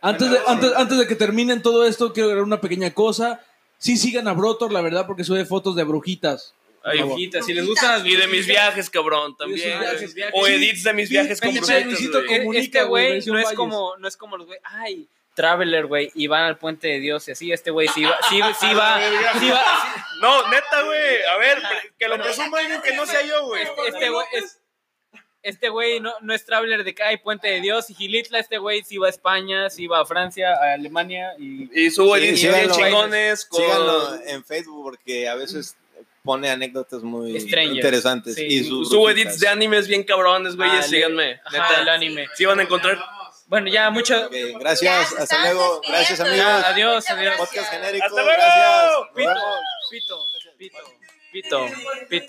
Antes de, antes, antes de que terminen todo esto, quiero agregar una pequeña cosa. Sí sigan a Brotor, la verdad, porque sube fotos de brujitas.
Ay,
Brujitas, si les gustan las
y de mis viajes, cabrón, también.
viajes, viajes.
O edits de mis
Sí,
viajes
sí,
completos.
Luisito
güey.
Comunica,
este
güey,
güey
versión
no es
Valles.
como no es como los güey, ay, Traveler, güey, y van al puente de Dios y así, este güey sí va, sí, sí va, sí va,
No, neta, güey. A ver, que lo presuma alguien que no sea yo, güey.
este güey es- este güey no, no es Traveler de acá y Puente de Dios y Gilitla, este güey sí va a España, sí va a Francia, a Alemania y
Y subo
Sí,
edits
síganlo.
bien chingones con...
Síganlo en Facebook porque a veces pone anécdotas muy
Extrañas.
interesantes.
Sí.
Y sus
Subo
brujitas.
edits de animes bien cabrones, güey.
Ah,
síganme.
ajá,
Neta.
el anime.
Sí van a encontrar.
Bueno, ya mucho
Ok, gracias,
Ya,
hasta
estamos
luego.
despidiendo.
Gracias, amigos.
Ya, adiós, adiós.
Podcast genérico.
¡Hasta luego!
Gracias. Nos
Pito,
vemos.
pito, pito, pito, pito.